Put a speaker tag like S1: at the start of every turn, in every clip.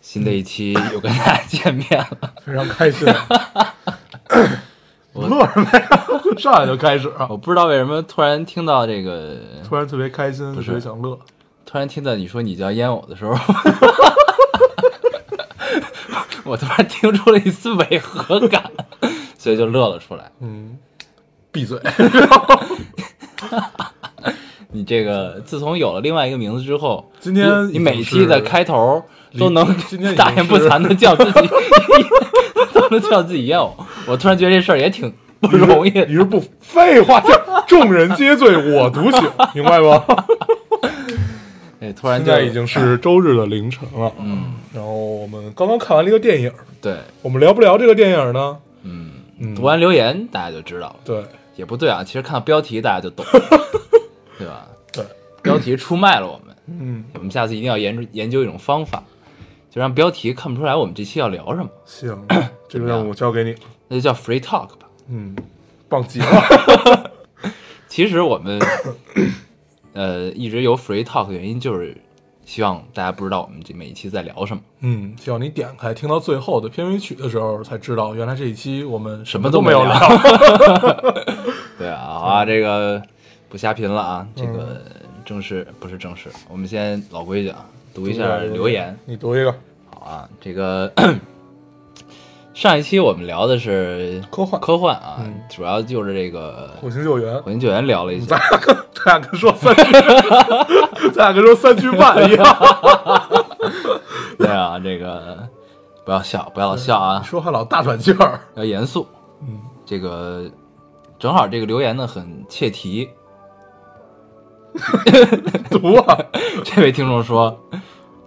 S1: 新的一期又跟大家见面了。
S2: 非常开心。我乐什么呀？ 上来就开始啊！
S1: 我不知道为什么突然听到这个，
S2: 突然特别开心，特
S1: 是
S2: 别想乐。
S1: 突然听到你说你叫烟偶的时候， 我突然听出了一丝违和感，所以就乐了出来。
S2: 嗯，闭嘴。
S1: 你这个自从有了另外一个名字之后，
S2: 今天
S1: 你你每期的开头都能
S2: 今天已经是
S1: 大言不惭的叫自己， 都能叫自己烟偶。我突然觉得这事儿也挺不容 易的。
S2: 你是不废话，就众人皆醉我独 醒，明白吗？
S1: 哎，突然
S2: 现
S1: 就
S2: 在已经是周日的凌晨了。嗯，然后我们刚刚看完了一个电影，
S1: 对，
S2: 我们聊不聊这个电影呢？嗯
S1: 读完留言大家就知道了。
S2: 对
S1: 也不对啊，其实看到标题大家就懂， 对吧？
S2: 对，
S1: 标题出卖了我们，
S2: 嗯，
S1: 我们下次一定要研究研究一种方法，就让标题看不出来我们这期要聊什么，
S2: 行，这个任务交给你。
S1: 那就叫 free talk 吧。
S2: 嗯，棒极了。
S1: 其实我 们呃一直有 free talk 的原因就是希望大家不知道我们这每一期在聊什么，
S2: 嗯，希望你点开听到最后的片尾曲的时候，才知道原来这一期我们
S1: 什
S2: 什
S1: 么
S2: 都
S1: 没
S2: 有
S1: 聊
S2: 聊。。
S1: 对啊，好
S2: 嗯
S1: 啊，这个不瞎贫了啊，这个正式不是正式，我们先老规矩啊，读一下留言。，
S2: 你读一个
S1: 好啊，这个上一期我们聊的是
S2: 科幻
S1: 科幻啊，
S2: 嗯
S1: 主要就是这个
S2: 火星救援
S1: 火。星救援聊了一下
S2: 咱，俩跟 咱俩跟说三句，咱俩跟说三句半一样。
S1: 对啊，这个不要笑，不要笑啊，
S2: 说话老大喘气儿。
S1: 要严肃。
S2: 嗯，
S1: 这个正好这个留言呢很切题，
S2: 读啊，
S1: 这位听众说，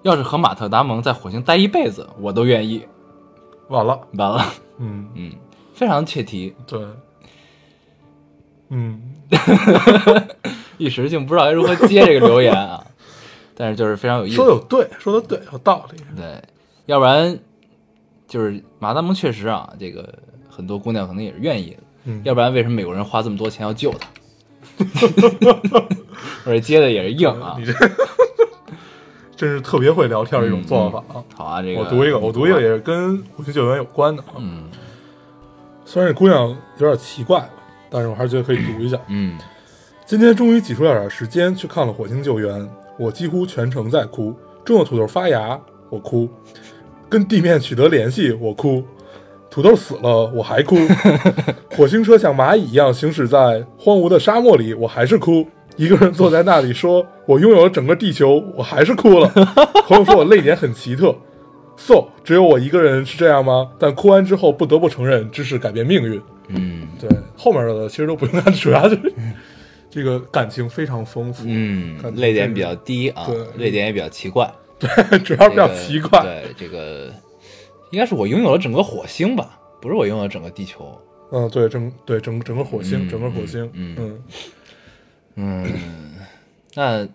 S1: 要是和马特达蒙在火星待一辈子，我都愿意。
S2: 完了。
S1: 完了，
S2: 嗯，
S1: 嗯，非常切题，
S2: 对，嗯，
S1: 一时竟不知道该如何接这个留言啊， 但是就是非常有意思。
S2: 说的有对，说的对，有道理。
S1: 对，要不然就是马达蒙确实啊，这个很多姑娘可能也是愿意的，
S2: 嗯
S1: 要不然为什么美国人花这么多钱要救她？ 而且接的也是硬啊
S2: 你，这 真是特别会聊天的一种做法啊。
S1: 好啊，嗯这个
S2: 我读一个，我读一个也是跟火星救援有关的啊。
S1: 嗯
S2: 虽然这姑娘有点奇怪吧，但是我还是觉得可以读一下。
S1: 嗯
S2: 今天终于挤出了点时间去看了《火星救援》，我几乎全程在哭。种的土豆发芽，我哭；跟地面取得联系，我哭；土豆死了，我还哭；火星车像蚂蚁一样行驶在荒芜的沙漠里，我还是哭。一个人坐在那里说：“我拥有了整个地球，我还是哭了。”朋友说我泪点很奇特。So，只有我一个人是这样吗？但哭完之后，不得不承认，知识改变命运。
S1: 嗯
S2: 对，后面的其实都不用看，主要 就是这个感情非常丰富，
S1: 嗯，
S2: 看
S1: 泪点比较低啊
S2: 对，
S1: 泪点也比较奇怪，
S2: 主要
S1: 这
S2: 比较
S1: 个
S2: 奇怪。
S1: 对这个，应该是我拥有了整个火星吧，不是我拥有了整个地球。
S2: 嗯，对，整对整整个火星，
S1: 嗯
S2: 整个火星，
S1: 嗯
S2: 嗯，
S1: 嗯，那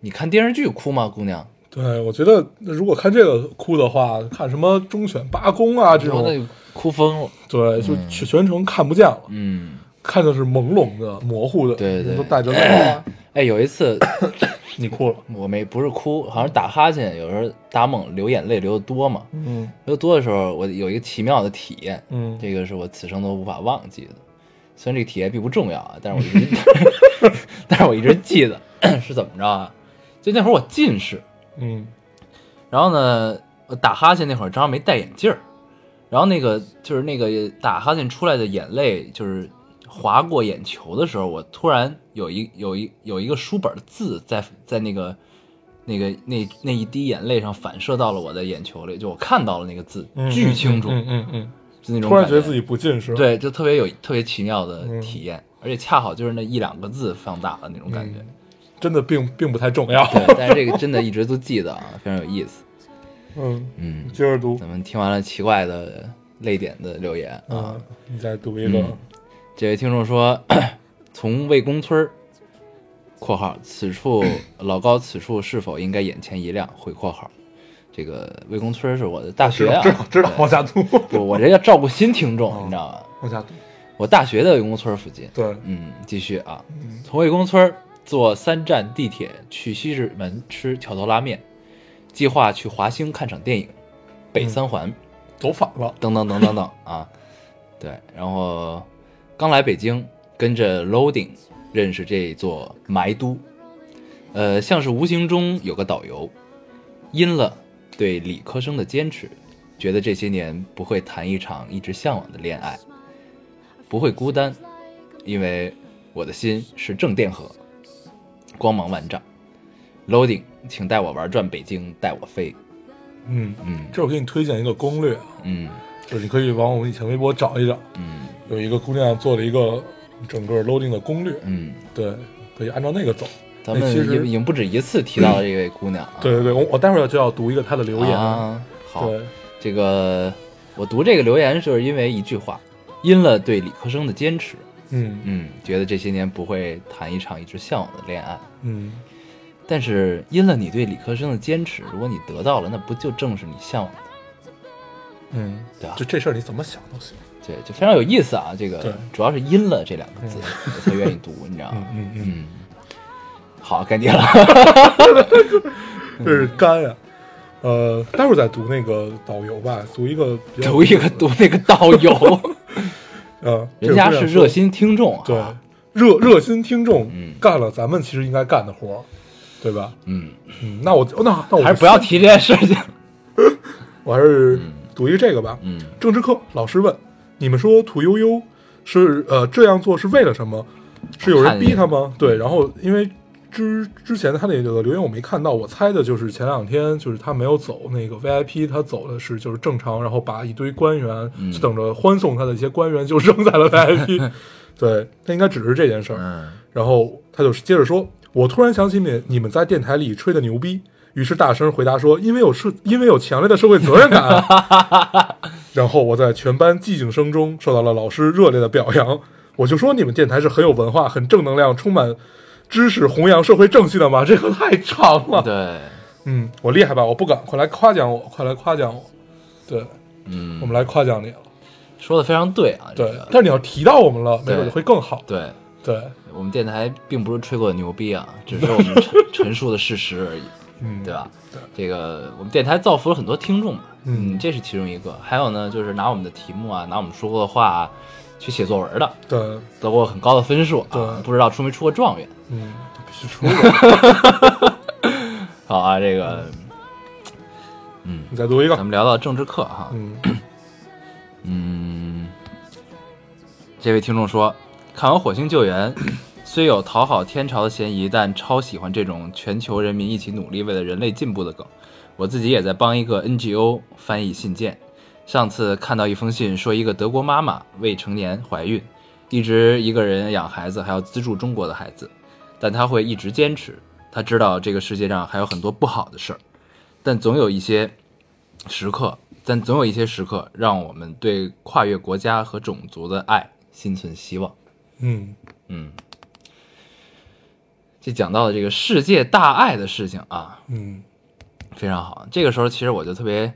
S1: 你看电视剧哭吗，姑娘？
S2: 对，我觉得如果看这个哭的话，看什么忠犬八公啊这
S1: 我
S2: 种，
S1: 那哭疯了。
S2: 对，就全全程看不见了，
S1: 嗯。
S2: 看的是朦胧的、模糊的，
S1: 对对
S2: 都带着泪花。
S1: 哎，有一次
S2: 你哭了，
S1: 我没不是哭，好像打哈欠，有时候打猛流眼泪流的多嘛，
S2: 嗯
S1: 流得多的时候，我有一个奇妙的体验，
S2: 嗯，
S1: 这个是我此生都无法忘记的。虽然这个体验并不重要啊，但是我一直， 但是我一直记得 是怎么着啊？就那会儿我近视，
S2: 嗯
S1: 然后呢，我打哈欠那会儿正好没戴眼镜儿，然后那个就是那个打哈欠出来的眼泪，就是划过眼球的时候，我突然有一有一有一个书本的字在在那个那个那那一滴眼泪上反射到了我的眼球里，就我看到了那个字，
S2: 嗯，
S1: 巨清楚，
S2: 嗯嗯嗯
S1: 就那
S2: 嗯，
S1: 种
S2: 突然觉得
S1: 感
S2: 自己不近视，，
S1: 对，就特别有特别奇妙的
S2: 嗯
S1: 体验，而且恰好就是那一两个字放大了那种感觉。
S2: 嗯真的并并不太重要。
S1: 对，但是这个真的一直都记得啊，非常有意思。
S2: 嗯，
S1: 嗯，
S2: 接着读，
S1: 咱们听完了奇怪的泪点的留言啊。
S2: 啊，你再读一个，
S1: 嗯这位听众说， 从魏公村儿（括号此处老高此处是否应该眼前一亮？）回括号，这个魏公村儿是我的大
S2: 知
S1: 学
S2: 道
S1: 啊，
S2: 知道知道，
S1: 对
S2: 往下读，
S1: 不，我这叫照顾新听众
S2: 哦，
S1: 你知道吗？
S2: 往下读，
S1: 我大学的魏公村儿附近。
S2: 对，
S1: 嗯，继续啊，从魏公村儿坐三站地铁去西直门吃桥头拉面，计划去华星看场电影，北三环。
S2: 走反了，
S1: 等等等等等啊，对，然后刚来北京，跟着 Loading 认识这座埋都，呃，像是无形中有个导游，因了对理科生的坚持，觉得这些年不会谈一场一直向往的恋爱，不会孤单，因为我的心是正电荷，光芒万丈。Loading，请带我玩转北京，带我飞。
S2: 嗯，
S1: 嗯
S2: 这我给你推荐一个攻略，啊
S1: 嗯
S2: 就是你可以往我们以前微博找一找，
S1: 嗯
S2: 有一个姑娘做了一个整个 loading 的攻略，
S1: 嗯。
S2: 对，可以按照那个走。
S1: 咱们
S2: 哎其实
S1: 已已经不止一次提到了这位姑娘啊，
S2: 对对对，我我待会儿就要读一个她的留言，
S1: 啊。好，
S2: 对，
S1: 这个我读这个留言就是因为一句话，因了对理科生的坚持，
S2: 嗯
S1: 嗯，觉得这些年不会谈一场一直向往的恋爱，
S2: 嗯，
S1: 但是因了你对理科生的坚持，如果你得到了，那不就正是你向往的？
S2: 嗯，
S1: 对啊
S2: 就这事儿你怎么想都行。
S1: 对，就非常有意思啊。这
S2: 对
S1: 个主要是“因了”这两个字，我才愿意读，你知道吗？
S2: 嗯嗯
S1: 嗯，好，该你了。
S2: 嗯，这是干呀、呃，待会儿再读那个导游吧，读一个比较
S1: 读一个，读那个导游，
S2: 呃，
S1: 人家 是
S2: 这个姑娘说
S1: 热，心听众，啊
S2: 对
S1: 哈，
S2: 啊热热心听众
S1: 嗯
S2: 干了咱们其实应该干的活儿，对吧？
S1: 嗯，
S2: 嗯，那我那那我
S1: 还是不要提这嗯件事情。
S2: 我还是读一个这个吧。
S1: 嗯
S2: 政治课老师问：“你们说屠呦呦是呃这样做是为了什么？是有人逼他
S1: 嗯
S2: 吗？”对，然后因为之之前他那个留言我没看到，我猜的就是前两天就是他没有走那个 VIP，他走的是就是正常，然后把一堆官员、
S1: 嗯
S2: 就等着欢送他的一些官员就扔在了 VIP。对他应该只是这件事儿。
S1: 嗯
S2: 然后他就接着说：“我突然想起你你们在电台里吹的牛逼。”于是大声回答说：“因为有社，因为有强烈的社会责任感。”啊 然后我在全班寂静声中受到了老师热烈的表扬。我就说你们电台是很有文化、很正能量、充满知识、弘扬社会正气的嘛，这个太长了。
S1: 对，
S2: 嗯，我厉害吧？我不敢，快来夸奖我，快来夸奖我。对，
S1: 嗯，
S2: 我们来夸奖你了。
S1: 说的非常对啊，这
S2: 对，
S1: 个
S2: 但是你要提到我们了，没准
S1: 对
S2: 就会更好。
S1: 对，
S2: 对，
S1: 我们电台并不是吹过牛逼啊，只是我 们陈陈述的事实而已，
S2: 嗯，
S1: 对吧？
S2: 对
S1: 这个我们电台造福了很多听众嘛，
S2: 嗯
S1: 这是其中一个。还有呢，就是拿我们的题目啊，拿我们说过的话啊，去写作文的，
S2: 对，
S1: 得过很高的分数啊
S2: 对，
S1: 不知道出没出过状元。
S2: 嗯，必须出了。
S1: 好啊，这个
S2: 你再读一
S1: 咱
S2: 个。
S1: 们聊到政治课哈，
S2: 嗯
S1: 嗯，这位听众说，看完《火星救援》，虽有讨好天朝的嫌疑，但超喜欢这种全球人民一起努力为了人类进步的梗。我自己也在帮一个 NGO 翻译信件，上次看到一封信说，一个德国妈妈未成年怀孕，一直一个人养孩子，还要资助中国的孩子，但她会一直坚持。她知道这个世界上还有很多不好的事儿，但总有一些时刻，但总有一些时刻让我们对跨越国家和种族的爱心存希望。
S2: 嗯
S1: 嗯，这讲到了这个世界大爱的事情啊，
S2: 嗯
S1: 非常好。这个时候其实我就特别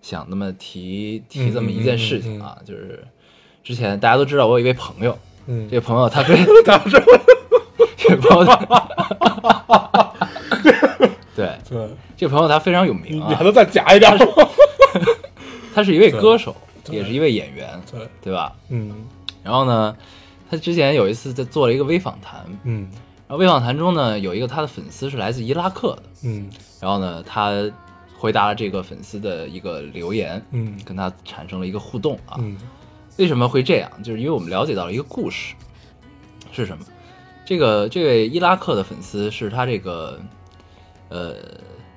S1: 想那么提提这么一件事情啊，就是之前大家都知道我有一位朋友，
S2: 嗯，
S1: 这个朋友他跟
S2: 咋回事？
S1: 这个朋友，对，
S2: 对，
S1: 这个朋友他非常有
S2: 你
S1: 名
S2: 你
S1: 啊
S2: 还，能再夹一点吗？
S1: 他是一位
S2: 对
S1: 歌手，
S2: 对
S1: 也是一位演员，
S2: 对，
S1: 对吧？
S2: 嗯
S1: 然后呢，他之前有一次在做了一个微访谈，然
S2: 嗯
S1: 后微访谈中呢，有一个他的粉丝是来自伊拉克的，
S2: 嗯
S1: 然后呢，他回答了这个粉丝的一个留言，
S2: 嗯
S1: 跟他产生了一个互动啊。
S2: 嗯
S1: 为什么会这样？就是因为我们了解到了一个故事，是什么？这个这位伊拉克的粉丝是他这个呃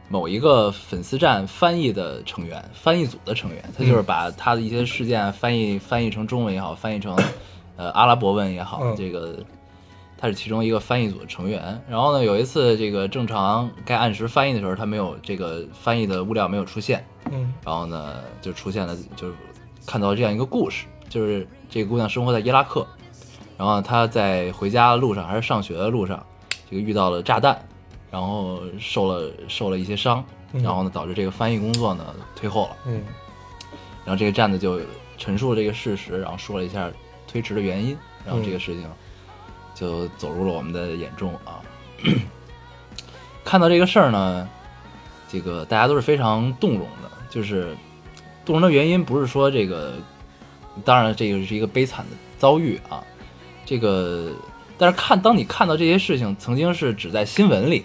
S1: 某一个粉丝站翻译的成员，翻译组的成员，他就是把他的一些事件翻译翻译成中文也好，翻译成呃阿拉伯文也好，
S2: 嗯
S1: 这个他是其中一个翻译组的成员。然后呢，有一次这个正常该按时翻译的时候，他没有这个翻译的物料没有出现，
S2: 嗯
S1: 然后呢，就出现了，就是看到了这样一个故事，就是这个姑娘生活在伊拉克，然后她在回家的路上还是上学的路上，这个遇到了炸弹，然后受了受了一些伤，
S2: 嗯
S1: 然后呢导致这个翻译工作呢退后了。
S2: 嗯
S1: 然后这个站子就陈述了这个事实，然后说了一下推迟的原因，然后这个事情就走入了我们的眼中啊。 看到这个事儿呢，这个大家都是非常动容的，就是动容的原因不是说这个，当然这个是一个悲惨的遭遇啊，这个但是看当你看到这些事情曾经是只在新闻里、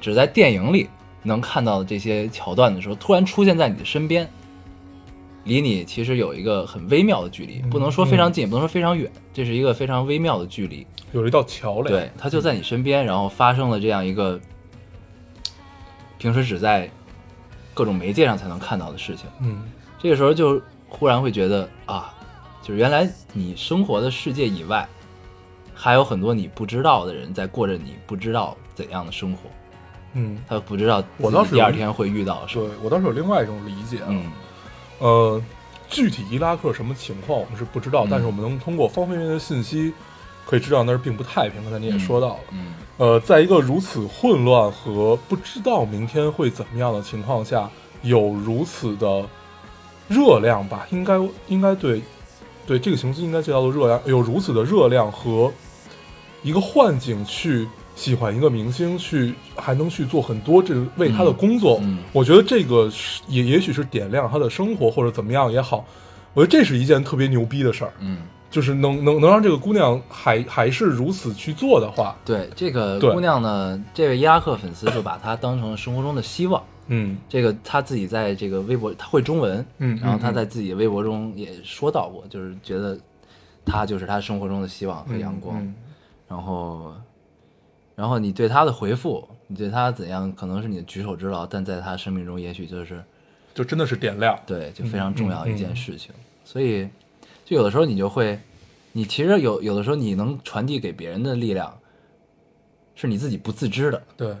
S1: 只在电影里能看到的这些桥段的时候，突然出现在你的身边，离你其实有一个很微妙的距离，不能说非常近，也不能说非常远，这是一个非常微妙的距离。
S2: 有一道桥梁，
S1: 对，它就在你身边，然后发生了这样一个平时只在各种媒介上才能看到的事情。
S2: 嗯
S1: 这个时候就忽然会觉得啊，就是原来你生活的世界以外，还有很多你不知道的人在过着你不知道怎样的生活，
S2: 嗯，
S1: 他不知道
S2: 我
S1: 自己
S2: 倒是
S1: 第
S2: 有
S1: 二
S2: 一
S1: 天会遇到什
S2: 对
S1: 么。
S2: 我倒是有另外一种理解啊，
S1: 嗯
S2: 呃，具体伊拉克什么情况我们是不知道，
S1: 嗯
S2: 但是我们能通过方方面面的信息，可以知道那儿并不太平。刚才你也说到了，
S1: 嗯
S2: 呃，在一个如此混乱和不知道明天会怎么样的情况下，有如此的热量吧，应该应该对对这个形式应该介绍的热量，有如此的热量和一个幻境去喜欢一个明星，去还能去做很多这个为他的工作，
S1: 嗯嗯
S2: 我觉得这个是也也许是点亮他的生活或者怎么样也好，我觉得这是一件特别牛逼的事儿，
S1: 嗯，
S2: 就是能能能让这个姑娘还还是如此去做的话，
S1: 对，这个
S2: 对
S1: 姑娘呢，这位伊拉克粉丝就把她当成了生活中的希望。
S2: 嗯
S1: 这个她自己在这个微博，她会中文，
S2: 嗯
S1: 然后
S2: 嗯
S1: 她
S2: 嗯
S1: 在自己的微博中也说到过，就是觉得她就是她生活中的希望和阳光。
S2: 嗯
S1: 然后，然后你对他的回复，你对他怎样，可能是你的举手之劳，但在他生命中，也许就是
S2: 就真的是点亮。
S1: 对，就非常重要的一件
S2: 嗯
S1: 事情。所以，就有的时候你就会，你其实有有的时候你能传递给别人的力量，是你自己不自知的。
S2: 对，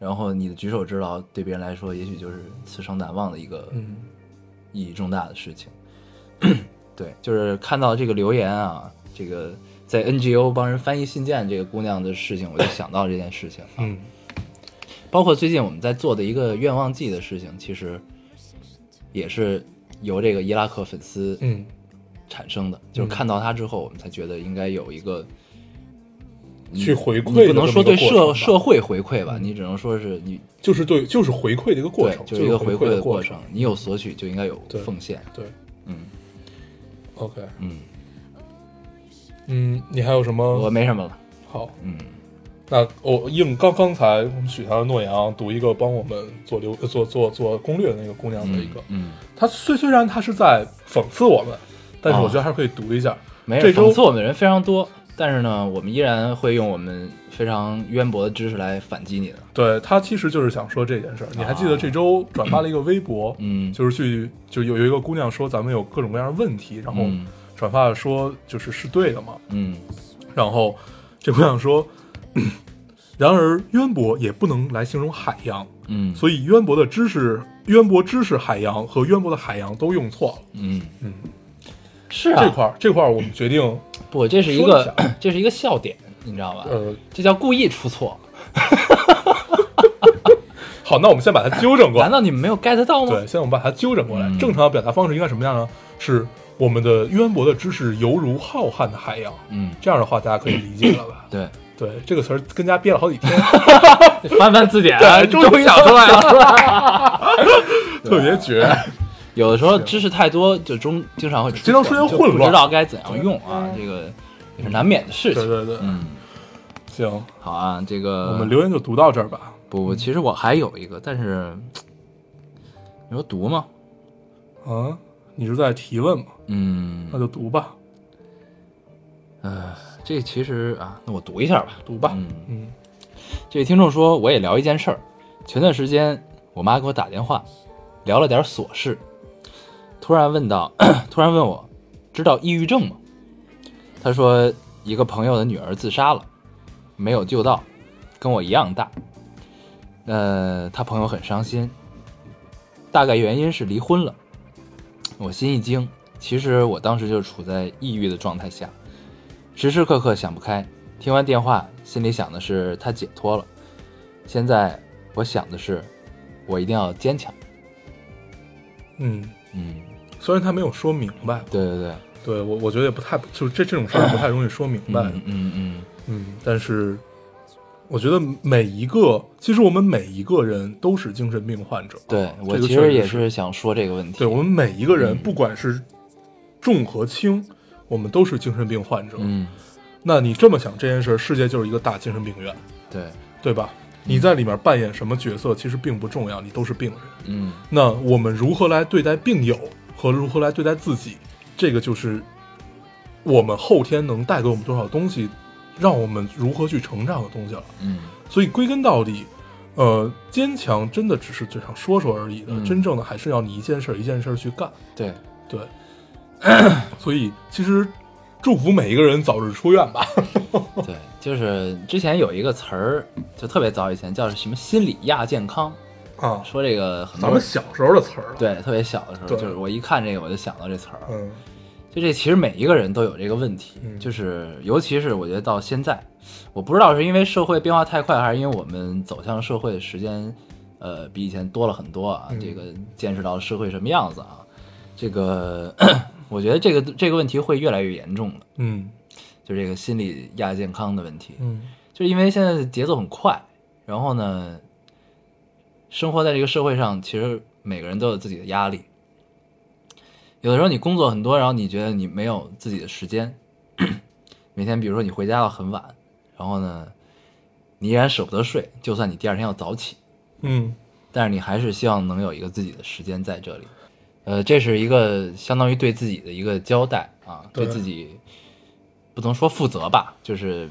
S1: 然后你的举手之劳对别人来说，也许就是此生难忘的一个
S2: 嗯
S1: 意义重大的事 情。对，就是看到这个留言啊，这个在 NGO 帮人翻译信件这个姑娘的事情，我就想到这件事情。
S2: 嗯
S1: 包括最近我们在做的一个愿望季的事情，其实也是由这个伊拉克粉丝
S2: 嗯
S1: 产生的。就是看到他之后，我们才觉得应该有一个，
S2: 去回馈
S1: 你
S2: 的
S1: 不能
S2: 嗯这么
S1: 说
S2: 一
S1: 对
S2: 个过程
S1: 社
S2: 吧
S1: 社会回馈吧，你只能说是你
S2: 就是对，就是回馈的一个过
S1: 对，
S2: 程，
S1: 就是一
S2: 是
S1: 个
S2: 回
S1: 馈
S2: 的
S1: 的过
S2: 程。。
S1: 你有索取就应该有
S2: 对
S1: 奉献。
S2: 对
S1: 嗯
S2: ，OK，
S1: 嗯，
S2: 嗯，你还有什
S1: 我
S2: 么
S1: 没什么了。
S2: 好？
S1: 嗯，
S2: 那我应刚刚才我们许下的诺言啊，读一个帮我们做流做做做攻略的那个姑娘的一个，
S1: 嗯，
S2: 她虽虽然她是在讽刺我们，但是
S1: 啊
S2: 我觉得还是可以读一下。
S1: 没
S2: 这
S1: 有
S2: 周
S1: 讽刺我们的人非常多，但是呢，我们依然会用我们非常渊博的知识来反击你的。
S2: 对她其实就是想说这件事儿。你还记
S1: 啊
S2: 得这周转发了一个微博，
S1: 嗯，
S2: 就是去就有有一个姑娘说咱们有各种各样的问题，然后
S1: 嗯
S2: 转发了说就是是对的嘛，
S1: 嗯
S2: 然后这姑娘说， 然而渊博也不能来形容海洋，
S1: 嗯，
S2: 所以渊博的知识、渊博知识海洋和渊博的海洋都用错了。
S1: 嗯
S2: 嗯，
S1: 是啊，
S2: 这块儿这块儿我们决定，
S1: 不，这是一
S2: 说一
S1: 个
S2: 下
S1: 这是一个笑点，你知道吧？
S2: 呃，
S1: 这叫故意出错。
S2: 好，那我们先把它纠正过
S1: 难
S2: 来。
S1: 道你们没有 get 到吗？
S2: 对，先我们把它纠正过来。
S1: 嗯
S2: 正常的表达方式应该什么样呢？是我们的渊博的知识犹如浩瀚的海洋。
S1: 嗯，
S2: 这样的话，大家可以理解了吧？
S1: 对，
S2: 对，这个词儿跟家憋了好几天，
S1: 翻翻字典啊
S2: 对，
S1: 终
S2: 终于
S1: 于想出来了。
S2: 特别绝。
S1: 有的时候知识太多，就中经常会出错
S2: 经常出现混乱
S1: 就不知道该怎样用啊，这个也是难免的事
S2: 对
S1: 情。
S2: 对对，
S1: 嗯，
S2: 行，
S1: 好啊，这个
S2: 我们留言就读到这儿吧。
S1: 不不，其实我还有一个，但是你说读吗？
S2: 啊，你是在提问吗？
S1: 嗯
S2: 那，就读吧，
S1: 呃，这其实啊，那我读一下吧。
S2: 读吧。
S1: 嗯，
S2: 嗯
S1: 这位听众说，我也聊一件事儿。前段时间，我妈给我打电话，聊了点琐事，突然问到， 突然问我，知道抑郁症吗？她说，一个朋友的女儿自杀了，没有救到，跟我一样大。呃，她朋友很伤心，大概原因是离婚了。我心一惊，其实我当时就处在抑郁的状态下，时时刻刻想不开。听完电话，心里想的是他解脱了。现在我想的是，我一定要坚强。
S2: 嗯，
S1: 嗯，
S2: 虽然他没有说明白，
S1: 对对对，
S2: 对我我觉得也不太，就是这这种事儿不太容易说明白。
S1: 嗯嗯嗯，
S2: 嗯，但是我觉得每一个，其实我们每一个人都是精神病患者。
S1: 对
S2: 这
S1: 我
S2: 个
S1: 其
S2: 确
S1: 实
S2: 实
S1: 也
S2: 是
S1: 是想说这个问题。
S2: 对我们每一个人，
S1: 嗯
S2: 不管是重和轻，我们都是精神病患者。
S1: 嗯，
S2: 那你这么想这件事儿，世界就是一个大精神病院，
S1: 对，
S2: 对吧？
S1: 嗯
S2: 你在里面扮演什么角色，其实并不重要，你都是病人。
S1: 嗯
S2: 那我们如何来对待病友和如何来对待自己，这个就是我们后天能带给我们多少东西，让我们如何去成长的东西了。
S1: 嗯
S2: 所以归根到底，呃，坚强真的只是嘴上说说而已的，
S1: 嗯
S2: 真正的还是要你一件事儿一件事儿去干。
S1: 对，
S2: 对，所以其实祝福每一个人早日出院吧。
S1: 对，就是之前有一个词儿，就特别早以前叫什么心理亚健康，
S2: 啊，
S1: 说这个很
S2: 咱
S1: 多
S2: 们小时候的词儿了。，
S1: 对特别小的时候，
S2: 对
S1: 就是我一看这个我就想到这词儿了。
S2: 嗯
S1: 就这其实每一个人都有这个问题，
S2: 嗯
S1: 就是尤其是我觉得到现在，我不知道是因为社会变化太快，还是因为我们走向社会的时间，呃，比以前多了很多啊。
S2: 嗯
S1: 这个见识到社会什么样子啊，这个 我觉得这个这个问题会越来越严重的，
S2: 嗯
S1: 就这个心理亚健康的问题。
S2: 嗯
S1: 就是因为现在的节奏很快，然后呢，生活在这个社会上，其实每个人都有自己的压力。有的时候你工作很多，然后你觉得你没有自己的时间， 每天比如说你回家要很晚，然后呢，你依然舍不得睡，就算你第二天要早起，
S2: 嗯，
S1: 但是你还是希望能有一个自己的时间在这里。呃，这是一个相当于对自己的一个交代啊，
S2: 对
S1: 对自己不能说负责吧，就是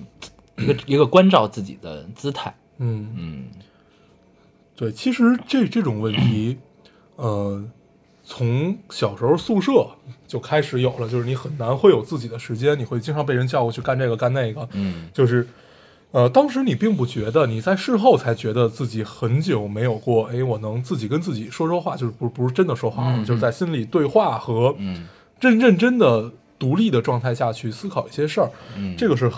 S1: 一 个一个关照自己的姿态。
S2: 嗯
S1: 嗯
S2: 对，其实这这种问题，呃，从小时候宿舍就开始有了，就是你很难会有自己的时间，你会经常被人叫过去干这个干那个，
S1: 嗯
S2: 就是。呃，当时你并不觉得，你在事后才觉得自己很久没有过，哎，我能自己跟自己说说话，就是不不是真的说话，
S1: 嗯嗯
S2: 就是在心里对话和
S1: 嗯
S2: 认认真的独立的状态下去思考一些事儿，
S1: 嗯，
S2: 这个是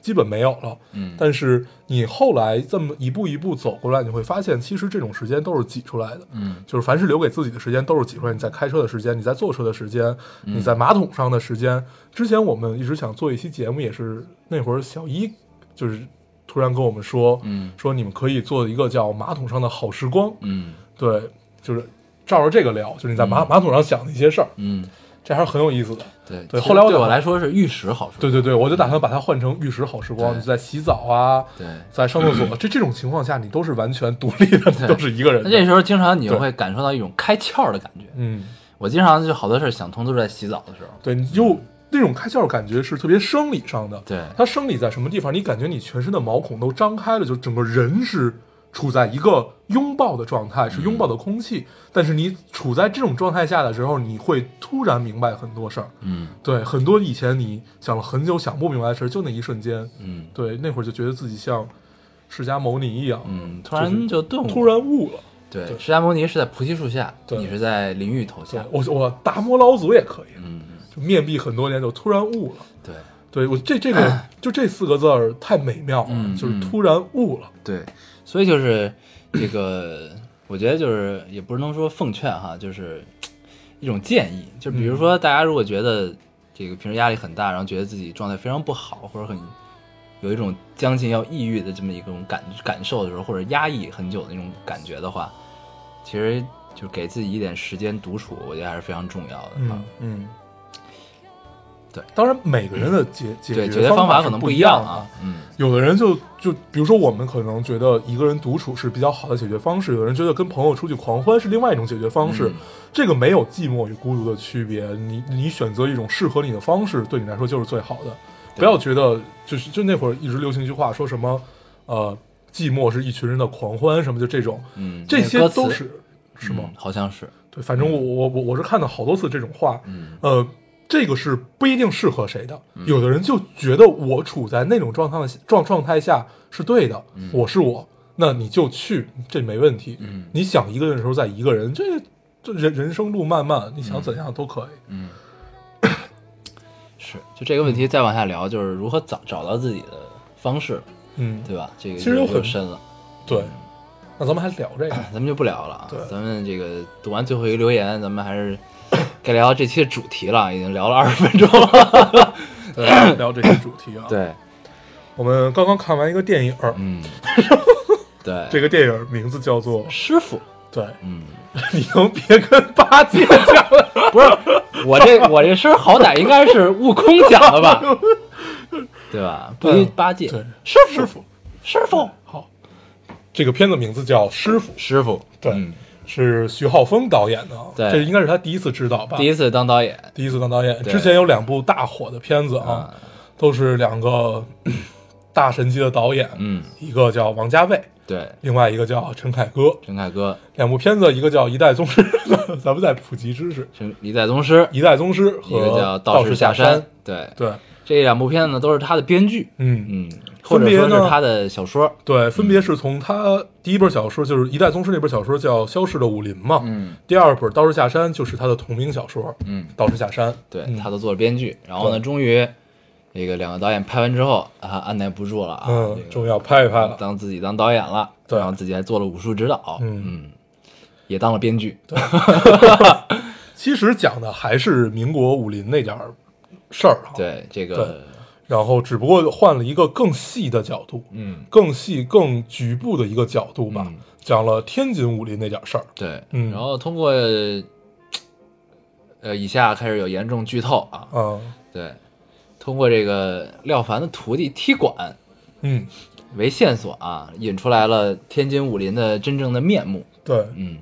S2: 基本没有了。
S1: 嗯
S2: 但是你后来这么一步一步走过来，你会发现，其实这种时间都是挤出来的。
S1: 嗯
S2: 就是凡是留给自己的时间，都是挤出来。你在开车的时间，你在坐车的时间，你在马桶上的时间。之前我们一直想做一期节目，也是那会儿小一就是突然跟我们说，
S1: 嗯
S2: 说你们可以做一个叫“马桶上的好时光
S1: 嗯”，
S2: 对，就是照着这个聊，就是你在马、马桶上想的一些事儿，
S1: 嗯，
S2: 这还是很有意思的。
S1: 对
S2: 对
S1: 其实
S2: 后来我
S1: 对
S2: 打
S1: 我来说是玉石好处。
S2: 对对对，我就打算把它换成“玉石好时光”，
S1: 对
S2: 你在洗澡啊，
S1: 对
S2: 在上厕所，这这种情况下，你都是完全独立的，你
S1: 对
S2: 都是一个人
S1: 那这
S2: 的。
S1: 时候经常你就
S2: 对
S1: 会感受到一种开窍的感觉。
S2: 嗯，
S1: 我经常就好多事儿想通，都是在洗澡的时候。
S2: 对，你就那种开窍感觉是特别生理上的。
S1: 对
S2: 它生理在什么地方？你感觉你全身的毛孔都张开了，就整个人是处在一个拥抱的状态，是拥抱的
S1: 嗯
S2: 空气。但是你处在这种状态下的时候，你会突然明白很多事儿。
S1: 嗯
S2: 对，很多以前你想了很久想不明白的事儿，就那一瞬间，
S1: 嗯
S2: 对，那会儿就觉得自己像释迦牟尼一样，
S1: 嗯，突然
S2: 就是
S1: 就顿悟了，
S2: 突然悟了。
S1: 对，
S2: 对
S1: 释迦牟尼是在菩提树下，
S2: 对
S1: 你是在淋浴头下。
S2: 我我达摩老祖也可以，
S1: 嗯，
S2: 就面壁很多年，就突然悟了。
S1: 对
S2: 对我这这个就这四个字儿太美妙了，
S1: 嗯
S2: 就是
S1: 嗯
S2: 突然悟了。
S1: 对，所以就是这个，我觉得就是也不能说奉劝哈，就是一种建议，就比如
S2: 嗯
S1: 说大家如果觉得这个平时压力很大，然后觉得自己状态非常不好，或者很有一种将近要抑郁的这么一种感感受的时候，或者压抑很久的那种感觉的话，其实就给自己一点时间独处，我觉得还是非常重要的啊。
S2: 嗯，
S1: 对
S2: 当然每个人的解解
S1: 对，解
S2: 决
S1: 决方
S2: 法
S1: 法可能
S2: 不
S1: 不
S2: 一
S1: 一样
S2: 啊
S1: 啊。。嗯
S2: 有的人就就比如说，我们可能觉得一个人独处是比较好的解决方式，有人觉得跟朋友出去狂欢是另外一种解决方式。
S1: 嗯
S2: 这个没有寂寞与孤独的区别，你你选择一种适合你的方式，对你来说就是最好的。
S1: 对
S2: 不要觉得就是就那会儿一直流行一句话，说什么呃寂寞是一群人的狂欢什么，就这种，
S1: 嗯，
S2: 这
S1: 那
S2: 些
S1: 歌
S2: 都
S1: 词
S2: 是是吗
S1: 嗯？好像是，
S2: 对，反正我我我我是看到好多次这种话，
S1: 嗯
S2: 呃，这个是不一定适合谁的。有的人就觉得我处在那种状态状状态下是对的，我是我，那你就去，这没问题。
S1: 嗯
S2: 你想一个人的时候再一个人，这这人人生路漫漫，你想怎样都可以。
S1: 嗯，是，就这个问题再往下聊，就是如何找找到自己的方式，
S2: 嗯，
S1: 对吧？这个
S2: 其实有
S1: 就
S2: 很
S1: 就深了，
S2: 对。那咱们还聊这个，
S1: 咱们就不聊了啊
S2: 对。
S1: 咱们这个读完最后一个留言，咱们还是该聊这期的主题了，已经聊了二十分钟 了。
S2: 对，聊这些主题啊。，
S1: 对，
S2: 我们刚刚看完一个电影儿，
S1: 嗯，对，
S2: 这个电影儿名字叫做
S1: 师傅，
S2: 对，
S1: 嗯，
S2: 你能别跟八戒讲了，
S1: 不是我这我这声儿好歹应该是悟空讲的 吧，对吧？不一
S2: 嗯
S1: 八戒
S2: 对，
S1: 师傅，
S2: 师傅，
S1: 师傅，
S2: 好，这个片子名字叫《师傅》，
S1: 师傅，
S2: 对，
S1: 嗯
S2: 是徐浩峰导演的，啊
S1: 对
S2: 这应该是他第一次执导吧？
S1: 第一次当导演，
S2: 第一次当导演，
S1: 对
S2: 之前有两部大火的片子啊，都是两个 大神级的导演，
S1: 嗯，
S2: 一个叫王家卫，
S1: 对，
S2: 另外一个叫陈凯歌，
S1: 陈凯歌，
S2: 两部片子，一个叫《一代宗师》， 咱们再普及知识，
S1: 陈李代宗师，
S2: 《一代宗师》
S1: 一个
S2: 和
S1: 叫
S2: 《
S1: 道
S2: 士
S1: 下
S2: 山》，
S1: 对，
S2: 对，
S1: 这两部片子呢都是他的编剧，
S2: 嗯。
S1: 嗯，或者
S2: 分别
S1: 说
S2: 呢
S1: 是他的小说，
S2: 对，分别是从他第一本小说，就是《一代宗师》那本小说叫《消逝的武林》嘛，
S1: 嗯
S2: 第二本《道士下山》就是他的同名小说，
S1: 嗯，
S2: 《道士下山》
S1: 对
S2: 嗯
S1: 他都做了编剧，然后呢，
S2: 对
S1: 终于这个两个导演拍完之后啊，按耐不住了啊，这
S2: 嗯，
S1: 个
S2: 终于要拍一拍了。
S1: 当自己当导演了，
S2: 对
S1: 然后自己还做了武术指导，
S2: 嗯
S1: 嗯，也当了编剧，
S2: 其实讲的还是民国武林那点儿事儿啊，，
S1: 对这个，
S2: 然后只不过换了一个更细的角度，
S1: 嗯，
S2: 更细、更局部的一个角度吧，
S1: 嗯
S2: 讲了天津武林那点儿事儿。
S1: 对，
S2: 嗯
S1: 然后通过呃以下开始有严重剧透啊，
S2: 嗯
S1: 对，通过这个廖凡的徒弟踢馆
S2: 嗯，
S1: 为线索啊，引出来了天津武林的真正的面目，
S2: 对，
S1: 嗯，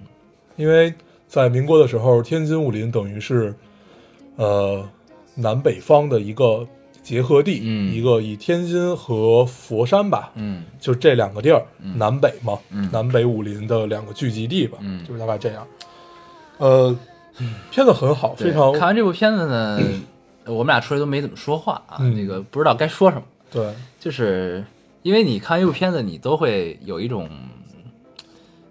S2: 因为在民国的时候，天津武林等于是呃南北方的一个结合地，
S1: 嗯
S2: 一个以天津和佛山吧，
S1: 嗯
S2: 就这两个地儿，南北嘛，
S1: 嗯
S2: 南北武林的两个聚集地吧，
S1: 嗯
S2: 就是大概这样。呃，片子很好，
S1: 对
S2: 非常
S1: 看完这部片子呢，我们俩出来都没怎么说话啊，
S2: 嗯
S1: 这个不知道该说什么。
S2: 对，
S1: 就是因为你看一部片子，你都会有一种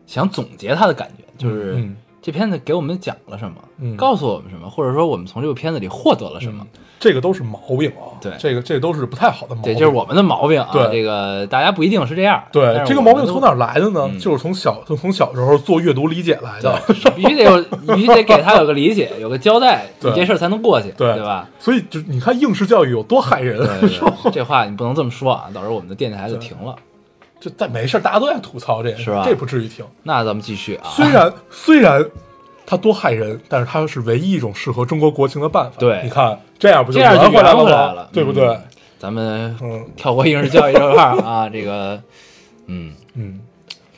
S1: 想总结它的感觉，就是
S2: 嗯
S1: 这片子给我们讲了什么，
S2: 嗯
S1: 告诉我们什么，或者说我们从这部片子里获得了什么。
S2: 这个都是毛病啊，
S1: 对
S2: 这个这个都是不太好的毛病。
S1: 对，就是我们的毛病啊。
S2: 对
S1: 这个大家不一定是这样。
S2: 对
S1: 但是
S2: 这个
S1: 我
S2: 毛
S1: 们
S2: 病
S1: 都
S2: 从哪儿来的呢？
S1: 嗯
S2: 就是从小就从小时候做阅读理解来 的。
S1: 必须得有，必须得给他有个理解，有个交代，你
S2: 对
S1: 这事儿才能过去，
S2: 对
S1: 对 吧？
S2: 所以就你看应试教育有多害人，啊
S1: 对对对这话你不能这么说啊，到时候我们的电台就
S2: 对
S1: 停了。
S2: 就但没事儿，大家都爱吐槽这个，
S1: 是吧
S2: 这不至于停。
S1: 那咱们继续啊，
S2: 虽然虽然它多害人，但是它是唯一一种适合中国国情的办法。
S1: 对
S2: 你看这样 不
S1: 这
S2: 圆
S1: 样就
S2: 回来
S1: 圆回
S2: 吗？
S1: 来了，
S2: 对不对？
S1: 嗯咱们
S2: 嗯
S1: 跳过应试教育这块儿啊，这个，嗯，
S2: 嗯，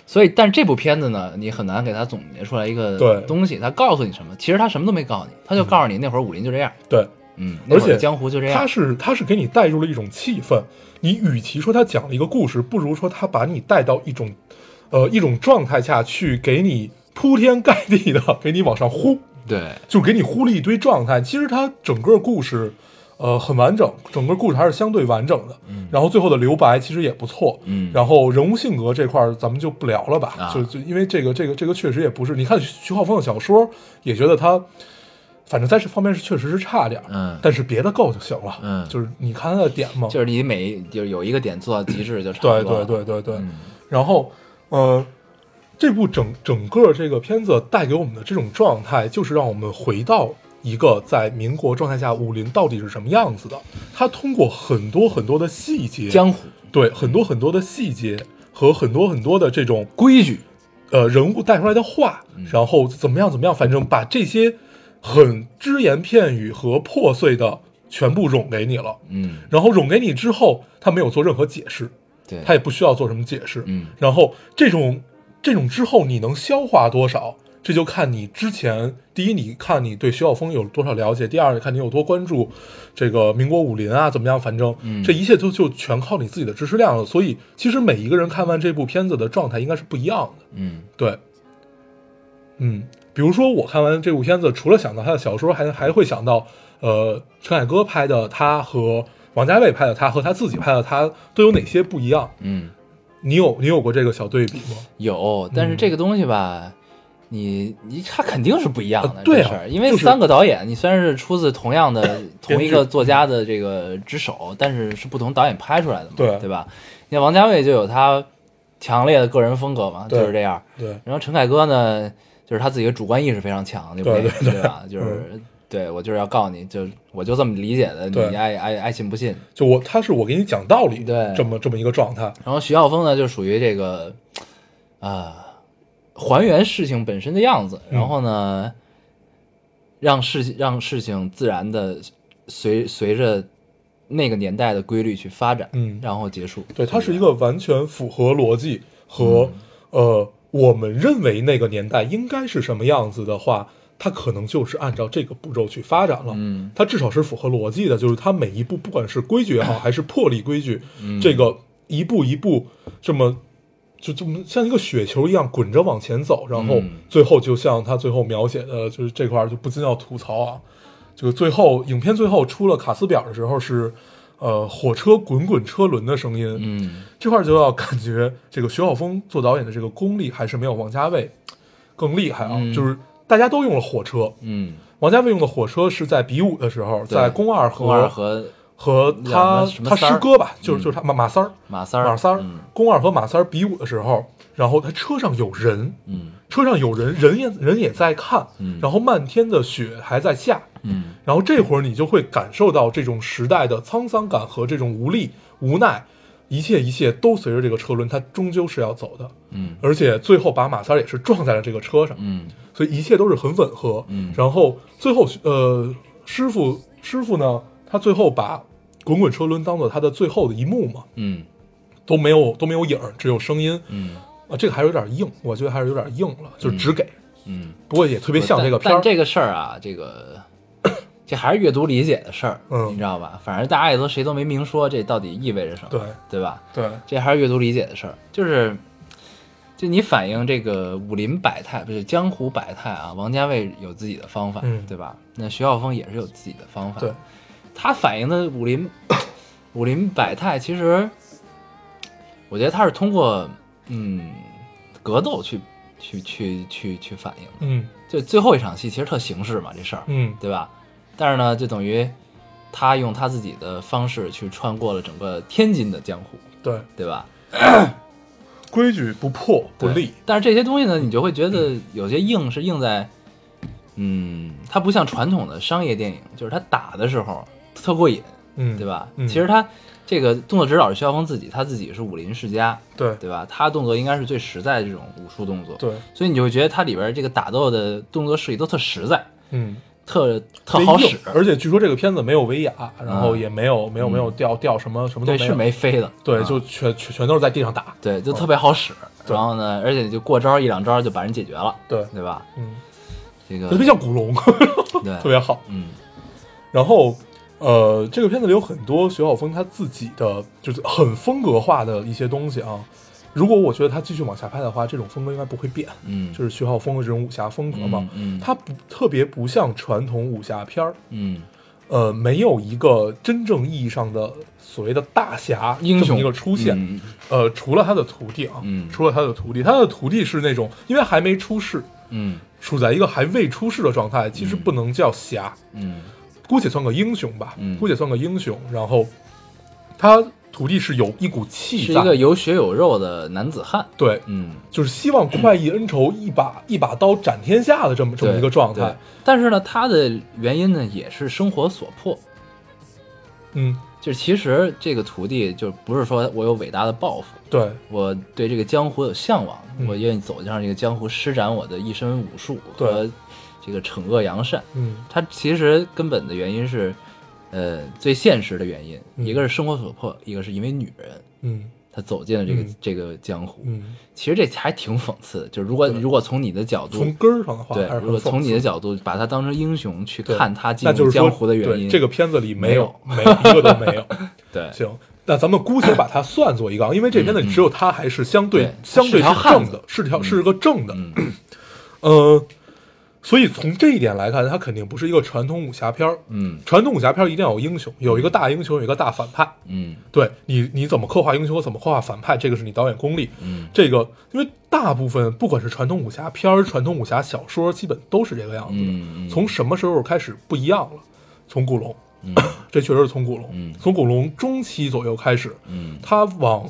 S1: 所以，但是这部片子呢，你很难给它总结出来一个
S2: 对
S1: 东西。它告诉你什么？其实它什么都没告诉你，它就告诉你那会儿武林就这样，
S2: 对，
S1: 嗯，那
S2: 而
S1: 会儿
S2: 且
S1: 的江湖就这
S2: 它
S1: 样，
S2: 是它是给你带入了一种气氛。你与其说它讲了一个故事，不如说它把你带到一种呃一种状态下去，给你铺天盖地的给你往上呼。
S1: 对，
S2: 就给你呼了一堆状态。其实它整个故事，呃，很完整，整个故事还是相对完整的。然后最后的留白其实也不错。
S1: 嗯
S2: 然后人物性格这块儿咱们就不聊了吧，
S1: 啊
S2: 就就因为这个这个这个确实也不是，你看徐徐浩峰的小说也觉得他。反正在这方面是确实是差点儿，
S1: 嗯
S2: 但是别的够就行了，
S1: 嗯
S2: 就是你看他的点嘛，
S1: 就是你每就是有一个点做到极致就差不
S2: 对
S1: 多
S2: 对
S1: 了。
S2: 对对对。
S1: 嗯
S2: 然后，呃，这部整整个这个片子带给我们的这种状态，就是让我们回到一个在民国状态下武林到底是什么样子的。它通过很多很多的细节，
S1: 江湖
S2: 对很多很多的细节和很多很多的这种
S1: 规矩，嗯
S2: 呃人物带出来的话，然后怎么样怎么样，反正把这些很只言片语和破碎的全部拢给你了。
S1: 嗯，
S2: 然后拢给你之后，他没有做任何解释，
S1: 对，
S2: 他也不需要做什么解释。
S1: 嗯
S2: 然后这种这种之后你能消化多少，这就看你之前第一，你看你对徐晓峰有多少了解；第二，你看你有多关注这个民国武林啊，怎么样？反正
S1: 嗯
S2: 这一切就就全靠你自己的知识量了。所以，其实每一个人看完这部片子的状态应该是不一样的。
S1: 嗯
S2: 对，嗯，比如说我看完这部片子，除了想到他的小说，还还会想到，呃，陈凯歌拍的他和王家卫拍的他和他自己拍的他都有哪些不一样？
S1: 嗯，
S2: 你有你有过这个小对比吗？
S1: 有，但是这个东西吧，你你他肯定是不一样的，
S2: 呃对
S1: 这
S2: 啊
S1: 事儿因为
S2: 就是
S1: 三个导演，你虽然是出自同样的 同一
S2: 编
S1: 个
S2: 剧
S1: 作家的这个之手，但是是不同导演拍出来的嘛，
S2: 对啊
S1: 对吧？你看王家卫就有他强烈的个人风格嘛，
S2: 对
S1: 就是这样。
S2: 对，
S1: 然后陈凯歌呢，就是他自己的主观意识非常强，对不
S2: 对对嗯
S1: 对吧？就是对我就是要告你，就我就这么理解的，你
S2: 对
S1: 爱爱爱信不信。
S2: 就我他是我给你讲道理，
S1: 对
S2: 这么这么一个状态，
S1: 然后徐浩峰呢，就属于这个，呃，还原事情本身的样子，
S2: 嗯
S1: 然后呢，让事情让事情自然的随随着那个年代的规律去发展，
S2: 嗯
S1: 然后结束。
S2: 对，它是一个完全符合逻辑和、呃我们认为那个年代应该是什么样子的话，它可能就是按照这个步骤去发展了。
S1: 嗯，
S2: 它至少是符合逻辑的，就是它每一步，不管是规矩 也好，还是破例规矩，
S1: 嗯
S2: 这个一步一步这么。就这么像一个雪球一样滚着往前走，然后
S1: 嗯
S2: 最后就像他最后描写的，就是这块儿就不禁要吐槽啊，就是最后影片最后出了卡斯表的时候是，呃，火车滚滚车轮的声音，
S1: 嗯，
S2: 这块儿就要感觉这个徐晓峰做导演的这个功力还是没有王家卫更厉害啊，
S1: 嗯
S2: 就是大家都用了火车，
S1: 嗯，
S2: 王家卫用的火车是在比武的时候，在宫二和
S1: 宫二和
S2: 和
S1: 两
S2: 他
S1: 个什么
S2: 他
S1: 三儿
S2: 师哥吧，就是就是他马马三儿，
S1: 马三儿，
S2: 马三儿
S1: 嗯，
S2: 宫二和马三儿比武的时候，然后他车上有人，
S1: 嗯
S2: 车上有人，人也人也在看，
S1: 嗯
S2: 然后漫天的雪还在下，
S1: 嗯
S2: 然后这会儿你就会感受到这种时代的沧桑感和这种无力、无奈，一切一切都随着这个车轮，它终究是要走的。
S1: 嗯
S2: 而且最后把马三儿也是撞在了这个车上，
S1: 嗯
S2: 所以一切都是很吻合。
S1: 嗯
S2: 然后最后呃，师傅师傅呢，他最后把滚滚车轮当做他的最后的一幕嘛，
S1: 嗯
S2: 都没有都没有影儿，只有声音。
S1: 嗯
S2: 啊，这个还是有点硬，我觉得还是有点硬了，就只给。
S1: 嗯，
S2: 不过也特别像
S1: 但
S2: 这个片儿
S1: 但，这个事儿啊，这个 这还是阅读理解的事儿，
S2: 嗯
S1: 你知道吧？反正大家也都谁都没明说这到底意味着什么，
S2: 对
S1: 对吧？
S2: 对
S1: 这还是阅读理解的事儿，就是就你反映这个武林百态，不是江湖百态啊。王家卫有自己的方法，
S2: 嗯
S1: 对吧？那徐浩峰也是有自己的方法，
S2: 对，
S1: 他反映的武林武林百态，其实我觉得他是通过嗯格斗去去去去去反映的。
S2: 嗯
S1: 就最后一场戏其实特形式嘛，这事儿，
S2: 嗯
S1: 对吧？但是呢，就等于他用他自己的方式去穿过了整个天津的江湖，
S2: 对，
S1: 对吧？
S2: 规矩不破不
S1: 对
S2: 嗯立，。
S1: 但是这些东西呢，你就会觉得有些硬是硬在，嗯，它不像传统的商业电影，就是它打的时候特过瘾，
S2: 嗯，
S1: 对吧？
S2: 嗯
S1: 其实他这个动作指导是肖峰自己，他自己是武林世家，
S2: 对
S1: 对吧？他动作应该是最实在的这种武术动作，
S2: 对，
S1: 所以你就会觉得它里边这个打斗的动作设计都特实在，
S2: 嗯，
S1: 特特好
S2: 没
S1: 使
S2: 硬，而且据说这个片子没有威亚，然后
S1: 嗯
S2: 也没有没有没有掉掉什么什么都
S1: 对，
S2: 没
S1: 是
S2: 有，
S1: 没飞的，
S2: 对，
S1: 啊
S2: 就全全全都是在地上打，
S1: 对，就特别好使。
S2: 对
S1: 然后呢，而且就过招一两招就把人解决了，
S2: 对，
S1: 对吧？
S2: 嗯，
S1: 这个
S2: 特别像古龙，
S1: 对，
S2: 特别好。
S1: 嗯
S2: 然后，呃，这个片子里有很多徐晓峰他自己的就是很风格化的一些东西啊。如果我觉得他继续往下拍的话，这种风格应该不会变，
S1: 嗯，
S2: 就是徐浩峰的这种武侠风格嘛。
S1: 嗯嗯
S2: 他不特别不像传统武侠片儿，
S1: 嗯
S2: 呃，没有一个真正意义上的所谓的大侠
S1: 英
S2: 这么
S1: 雄
S2: 一个出现。
S1: 嗯
S2: 呃，除了他的徒弟啊，
S1: 嗯
S2: 除了他的徒弟，他的徒弟是那种因为还没出世，
S1: 嗯
S2: 处在一个还未出世的状态，其实不能叫侠，
S1: 嗯
S2: 姑且算个英雄吧，
S1: 嗯
S2: 姑且算个英雄。然后他徒弟是有一股气
S1: 是
S2: 在，
S1: 一个有血有肉的男子汉，
S2: 对，
S1: 嗯，
S2: 就是希望快意恩仇，一把一把刀斩天下的这么这么
S1: 对
S2: 一个状。
S1: 对
S2: 态。
S1: 但是呢，他的原因呢也是生活所迫，
S2: 嗯，
S1: 就是其实这个徒弟就不是说我有伟大的抱负，
S2: 对，
S1: 我对这个江湖有向往，
S2: 嗯
S1: 我愿意走向这个江湖，施展我的一身武术
S2: 对
S1: 和这个惩恶扬善。
S2: 嗯
S1: 他其实根本的原因是，呃，最现实的原因，
S2: 嗯
S1: 一个是生活所迫，一个是因为女人，
S2: 嗯
S1: 她走进了这个、
S2: 嗯
S1: 这个江湖。
S2: 嗯，
S1: 其实这还挺讽刺的，就是如果如果从你的角度
S2: 从，根儿上的话，
S1: 对
S2: 还，是
S1: 如果
S2: 很讽
S1: 从你的
S2: 刺
S1: 角度把他当成英雄去
S2: 对
S1: 看他进
S2: 那就
S1: 入
S2: 是
S1: 江
S2: 说
S1: 湖的原
S2: 对
S1: 因，
S2: 这个片子里没
S1: 没
S2: 有没有一个都没有。
S1: 对
S2: 行，那咱们姑且把它算作一个，啊，因为这片子里只有他还是相对
S1: 嗯对
S2: 相对
S1: 是条汉
S2: 正
S1: 子
S2: 的，是条是个正的。
S1: 嗯
S2: 呃，所以从这一点来看，它肯定不是一个传统武侠片儿。
S1: 嗯
S2: 传统武侠片儿一定要有英雄，有一个大英雄，有一个大反派。
S1: 嗯
S2: 对你，你怎么刻画英雄，怎么刻画反派，这个是你导演功力。
S1: 嗯
S2: 这个，因为大部分不管是传统武侠片儿、传统武侠小说，基本都是这个样子的。
S1: 嗯，
S2: 从什么时候开始不一样了？从古龙， 这确实是从古龙。
S1: 嗯
S2: 从古龙中期左右开始，
S1: 嗯
S2: 他往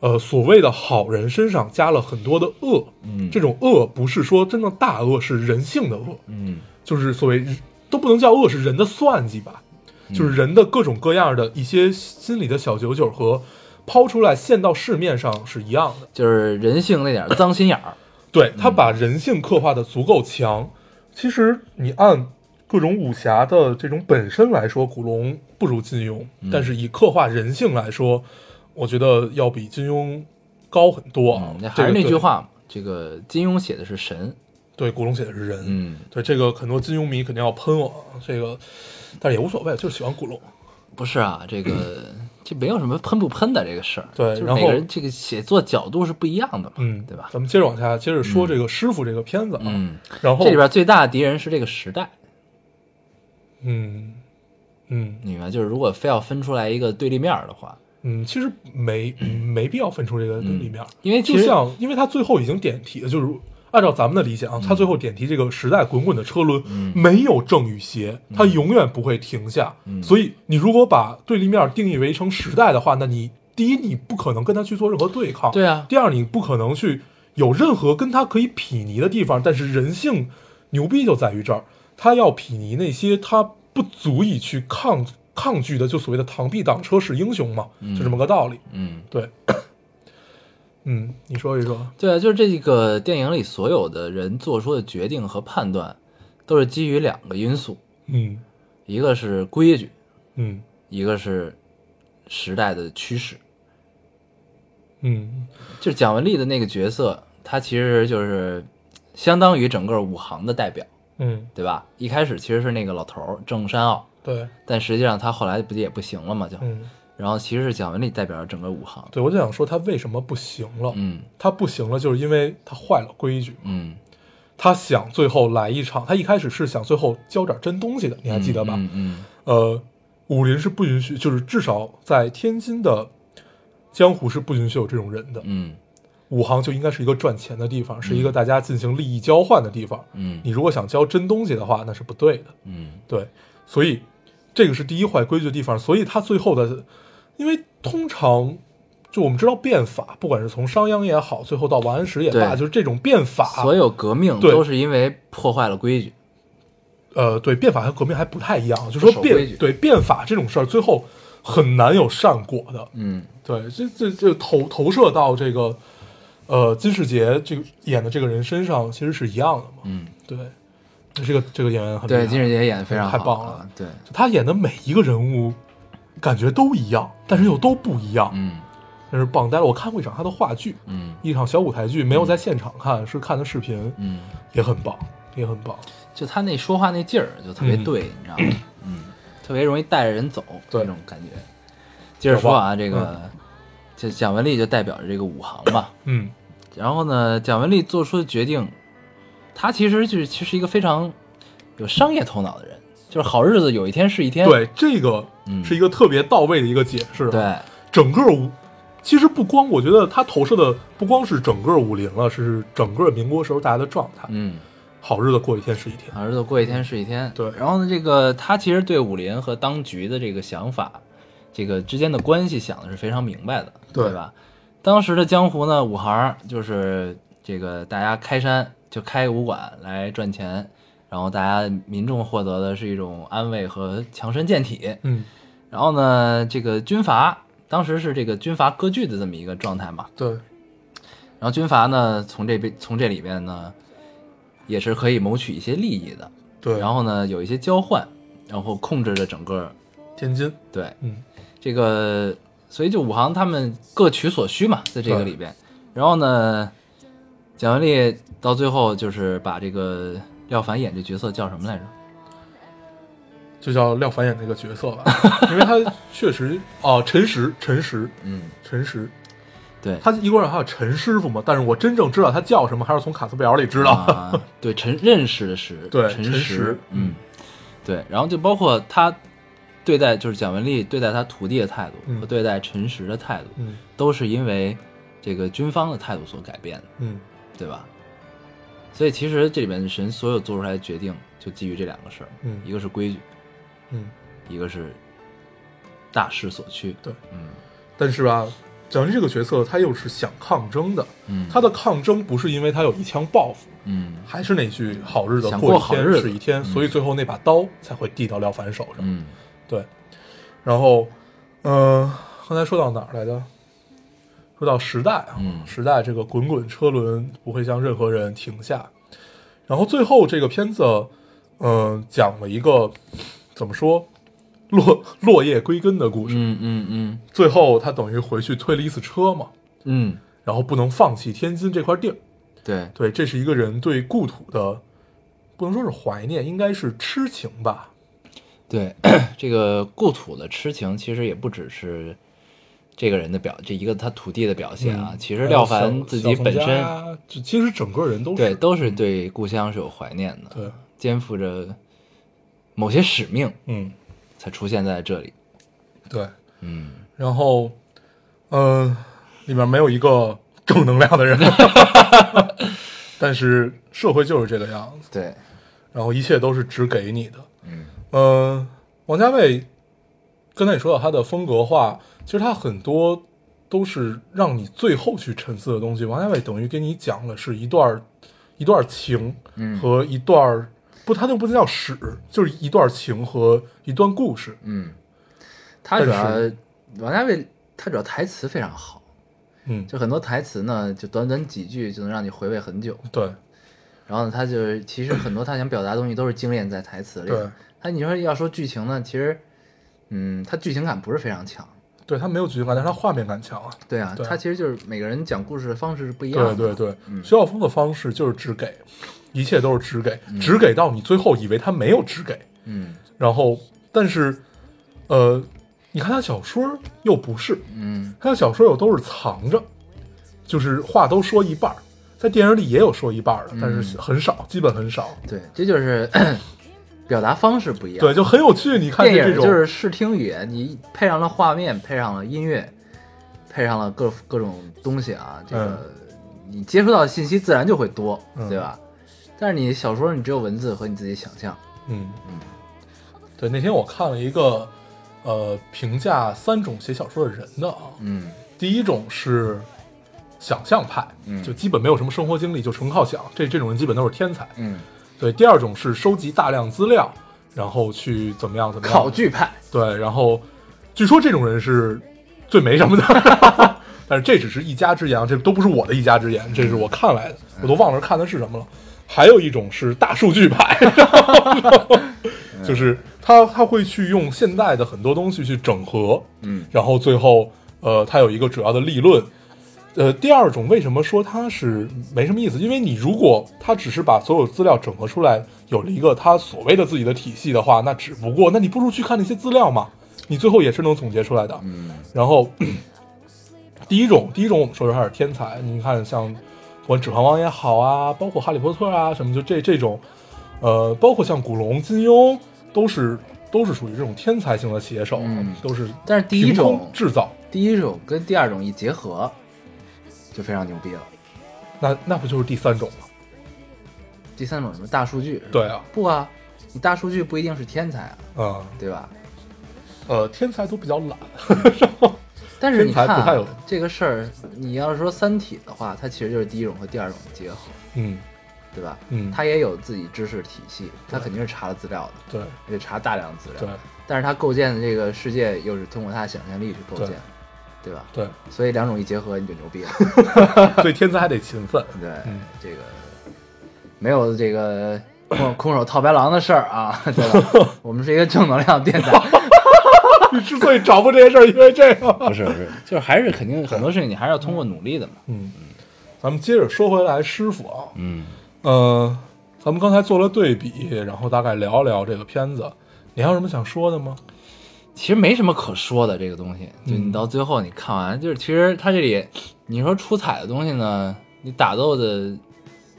S2: 呃所谓的好人身上加了很多的恶。
S1: 嗯
S2: 这种恶不是说真的大恶，是人性的恶，
S1: 嗯
S2: 就是所谓都不能叫恶，是人的算计吧，
S1: 嗯
S2: 就是人的各种各样的一些心里的小九九和抛出来现到市面上是一样的。
S1: 就是人性那点儿脏心眼儿。
S2: 对他把人性刻画的足够强。其实你按各种武侠的这种本身来说，古龙不如金庸，
S1: 嗯
S2: 但是以刻画人性来说，我觉得要比金庸高很多啊。
S1: 嗯那还是
S2: 这个
S1: 那句，话嘛，这个金庸写的是神。
S2: 对对古龙写的是人，
S1: 嗯，
S2: 对这个很多金庸迷肯定要喷我，啊，这个但是也无所谓，就是喜欢古龙。
S1: 不是啊，这个这没有什么喷不喷的这个事儿。
S2: 对
S1: 就是
S2: 然
S1: 每个
S2: 后
S1: 人这个写作角度是不一样的嘛，
S2: 嗯，
S1: 对吧？
S2: 咱们接着往下，接着说这个师傅这个片子啊。
S1: 嗯，
S2: 然后
S1: 这里边最大的敌人是这个时代，
S2: 嗯嗯
S1: 你明白？就是如果非要分出来一个对立面儿的话，
S2: 嗯，其实没没必要分出这个对
S1: 嗯
S2: 立面儿。
S1: 因为
S2: 就
S1: 其实
S2: 像，因为他最后已经点题，就是按照咱们的理解啊，他最后点题这个时代滚滚的车轮、
S1: 嗯
S2: 没有正与邪，它永远不会停下。
S1: 嗯
S2: 所以你如果把对立面定义为成时代的话，那你第一你不可能跟他去做任何对抗，
S1: 对啊
S2: 第二你不可能去有任何跟他可以匹敌的地方。但是人性牛逼就在于这儿，他要匹敌那些他不足以去抗抗拒的，就所谓的螳臂挡车是英雄嘛，就这么个道理。
S1: 嗯，
S2: 对， 嗯，你说一说，
S1: 对啊，就是这个电影里所有的人做出的决定和判断，都是基于两个因素，
S2: 嗯
S1: 一个是规矩，
S2: 嗯
S1: 一个是时代的趋势。
S2: 嗯
S1: 就是蒋雯丽的那个角色，她其实就是相当于整个武行的代表，
S2: 嗯，
S1: 对吧？一开始其实是那个老头儿郑山傲，
S2: 对，
S1: 但实际上他后来不也不行了嘛，就
S2: 嗯，
S1: 然后其实是蒋雯丽代表了整个武行。
S2: 对，我就想说他为什么不行了？
S1: 嗯
S2: 他不行了，就是因为他坏了规矩。
S1: 嗯，
S2: 他想最后来一场，他一开始是想最后交点真东西的，你还记得吧？
S1: 嗯嗯
S2: 呃，武林是不允许，就是至少在天津的江湖是不允许有这种人的。
S1: 嗯
S2: 武行就应该是一个赚钱的地方，是一个大家进行利益交换的地方。
S1: 嗯
S2: 你如果想交真东西的话，那是不对的。
S1: 嗯
S2: 对，所以这个是第一坏规矩的地方，所以他最后的，因为通常就我们知道变法，不管是从商鞅也好，最后到王安石也罢，
S1: 对
S2: 就是这种变法，
S1: 嗯，所有革命
S2: 对
S1: 都是因为破坏了规矩。
S2: 呃，对变法和革命还不太一样，就说
S1: 守规矩
S2: 变对变法这种事儿，最后很难有善果的。
S1: 嗯
S2: 对，这这这投投射到这个呃金世杰这个演的这个人身上，其实是一样的嘛。
S1: 嗯，
S2: 对，这个这个演员很厉
S1: 对，
S2: 害
S1: 金世杰演的非常好，
S2: 太棒了
S1: 啊对，
S2: 就他演的每一个人物，感觉都一样，但是又都不一样，
S1: 嗯
S2: 真是棒呆了。我看过一场他的话剧，
S1: 嗯
S2: 一场小舞台剧，没有在现场看，是看的视频，
S1: 嗯，
S2: 也很棒，也很棒。
S1: 就他那说话那劲儿就特别
S2: 嗯
S1: 对，你知道吗？嗯，特别容易带着人走
S2: 对
S1: 那种感觉。接着说啊，这个这蒋雯丽就代表着这个武行嘛。
S2: 嗯
S1: 然后呢，蒋雯丽做出的决定，她其实就是其实一个非常有商业头脑的人，就是好日子有一天是一天。嗯
S2: 对，这个是一个特别到位的一个解释。，
S1: 哎
S2: 啊
S1: 对，
S2: 整个武，其实不光我觉得他投射的不光是整个武林了，是整个民国时候大家的状态。
S1: 嗯，
S2: 好日子过一天是一天。
S1: 好日子过一天是一天。
S2: 对
S1: 然后呢，这个她其实对武林和当局的这个想法，这个之间的关系想的是非常明白的，
S2: 对
S1: 吧？当时的江湖呢，武行就是这个大家开山就开个武馆来赚钱，然后大家民众获得的是一种安慰和强身健体。
S2: 嗯，
S1: 然后呢，这个军阀当时是这个军阀割据的这么一个状态嘛。
S2: 对，
S1: 然后军阀呢，从这边从这里边呢，也是可以谋取一些利益的。
S2: 对。
S1: 然后呢，有一些交换，然后控制着整个
S2: 天津，
S1: 对
S2: 嗯
S1: 这个，所以就武行他们各取所需嘛，在这个里边。然后呢，蒋雯丽到最后就是把这个廖凡演这角色叫什么来着？
S2: 就叫廖凡演那个角色吧，因为他确实哦，陈实，陈实，
S1: 嗯，
S2: 陈实，
S1: 对，
S2: 他一共还有陈师傅嘛，但是我真正知道他叫什么，还是从卡斯贝尔里知道。
S1: 啊、对陈认识的识，
S2: 对
S1: 陈
S2: 陈
S1: 实
S2: 实，
S1: 嗯，对，然后就包括他对待就是蒋雯丽对待他徒弟的态度
S2: 嗯
S1: 和对待陈实的态度，
S2: 嗯
S1: 都是因为这个军方的态度所改变的，
S2: 嗯，
S1: 对吧？所以其实这里面神所有做出来的决定，就基于这两个事儿，
S2: 嗯
S1: 一个是规矩，
S2: 嗯，
S1: 一个是大势所趋，
S2: 对，
S1: 嗯
S2: 但是吧，蒋欣这个角色他又是想抗争的，
S1: 嗯，
S2: 他的抗争不是因为他有一腔抱负，
S1: 嗯
S2: 还是那句好日子
S1: 想
S2: 过
S1: 过
S2: 一
S1: 好
S2: 天
S1: 日子
S2: 是一天，所以最后那把刀才会递到廖凡手上。
S1: 嗯
S2: 对，然后，呃，刚才说到哪儿来着？说到时代啊，
S1: 嗯
S2: 时代这个滚滚车轮不会向任何人停下。然后最后这个片子，嗯、讲了一个怎么说落落叶归根的故事。
S1: 嗯嗯嗯
S2: 最后他等于回去推了一次车嘛，
S1: 嗯，
S2: 然后不能放弃天津这块地儿。
S1: 对，
S2: 对，这是一个人对故土的，不能说是怀念，应该是痴情吧。
S1: 对， 这个故土的痴情其实也不只是这个人的表，这一个他徒弟的表现啊。
S2: 嗯
S1: 其实廖
S2: 还有
S1: 凡
S2: 小
S1: 自己本
S2: 小宋
S1: 身
S2: 佳就其实整个人都是嗯
S1: 对都是对故乡是有怀念的，
S2: 对，
S1: 肩负着某些使命
S2: 嗯，
S1: 才出现在这里。
S2: 对。
S1: 嗯，
S2: 然后，嗯、里面没有一个正能量 的人，但是社会就是这个样子，
S1: 对，
S2: 然后一切都是只给你的。
S1: 嗯
S2: 嗯，王家卫刚才也说到他的风格化，其实他很多都是让你最后去沉思的东西。王家卫等于给你讲了是一段儿一段儿情
S1: 嗯
S2: 和一段儿不，他就不能叫史，就是一段儿情和一段故事。
S1: 嗯，他
S2: 但
S1: 主要
S2: 是
S1: 王家卫，他主要台词非常好，
S2: 嗯，
S1: 就很多台词呢，就短短几句就能让你回味很久。
S2: 对
S1: 然后呢，他就是其实很多他想表达的东西都是精炼在台词里。
S2: 对，
S1: 他你说要说剧情呢，其实，嗯，他剧情感不是非常强。
S2: 对，他没有剧情感，但是他画面感强啊。
S1: 对啊，
S2: 对
S1: 他其实就是每个人讲故事的方式是不一样
S2: 对
S1: 的。
S2: 对对，
S1: 嗯
S2: 徐晓峰的方式就是只给，一切都是只给，只给到你最后以为他没有只给，
S1: 嗯
S2: 然后但是，呃，你看他小说又不是，
S1: 嗯
S2: 他的小说又都是藏着，就是话都说一半儿，在电影里也有说一半儿的，但是
S1: 嗯
S2: 很少，基本很少。
S1: 对，这就是 表达方式不一样。
S2: 对，就很有趣。你看
S1: 电
S2: 这这
S1: 影
S2: 种，
S1: 就是视听语言，你配上了画面，配上了音乐，配上了各各种东西啊，这个、你接触到的信息自然就会多，
S2: 嗯
S1: 对吧？但是你小说你只有文字和你自己想象。
S2: 嗯，对。那天我看了一个，呃，评价三种写小说的人的啊，
S1: 嗯
S2: 第一种是想象派，
S1: 嗯
S2: 就基本没有什么生活经历，就纯靠想，这这种人基本都是天才。
S1: 嗯，
S2: 对，第二种是收集大量资料，然后去怎么样怎么样
S1: 考据派。
S2: 对，然后据说这种人是最没什么的， 但是这只是一家之言，啊，这都不是我的一家之言，这是我看来的，我都忘了看的是什么了。还有一种是大数据派， 就是他他会去用现代的很多东西去整合，
S1: 嗯，
S2: 然后最后呃，他有一个主要的立论。呃，第二种为什么说它是没什么意思？因为你如果他只是把所有资料整合出来，有了一个他所谓的自己的体系的话，那只不过，那你不如去看那些资料嘛，你最后也是能总结出来的。
S1: 嗯
S2: 然后，第一种，第一种我们说的他是天才，你看像不管《指环王》也好啊，包括《哈利波特》啊什么，就这这种，呃，包括像古龙、金庸，都是都是属于这种天才型的写手，啊
S1: 嗯
S2: 都是
S1: 但是第一
S2: 凭空
S1: 种
S2: 制造，
S1: 第一种跟第二种一结合，就非常牛逼了。
S2: 那那不就是第三种吗？
S1: 第三种什么大数据？
S2: 对，啊，
S1: 不啊，你大数据不一定是天才啊，
S2: 嗯，
S1: 对吧？
S2: 呃，天才都比较懒，
S1: 但是你看、
S2: 天才不太有
S1: 啊、这个事儿，你要是说《三体》的话，它其实就是第一种和第二种的结合，
S2: 嗯
S1: 对吧？
S2: 嗯
S1: 它也有自己知识体系，它肯定是查了资料的，
S2: 对
S1: 而且查大量资料。
S2: 对
S1: 但是它构建的这个世界又是通过它的想象力去构建
S2: 对，
S1: 对吧？
S2: 对，
S1: 所以两种一结合，你就牛逼 了。
S2: 所以天才还得勤奋，
S1: 对，
S2: 嗯
S1: 这个没有这个空空手套白狼的事儿 啊，对吧？我们是一个正能量电台，
S2: 你之所以 找不这些事儿，因为这个。
S1: 不是不是，就是还是肯定很多事情你还是要通过努力的嘛。
S2: 嗯，咱们接着说回来，师傅啊，
S1: 嗯
S2: 呃，咱们刚才做了对比，然后大概聊一聊这个片子，你还有什么想说的吗？
S1: 其实没什么可说的这个东西，就
S2: 嗯
S1: 你到最后你看完，就是其实它这里你说出彩的东西呢，你打斗的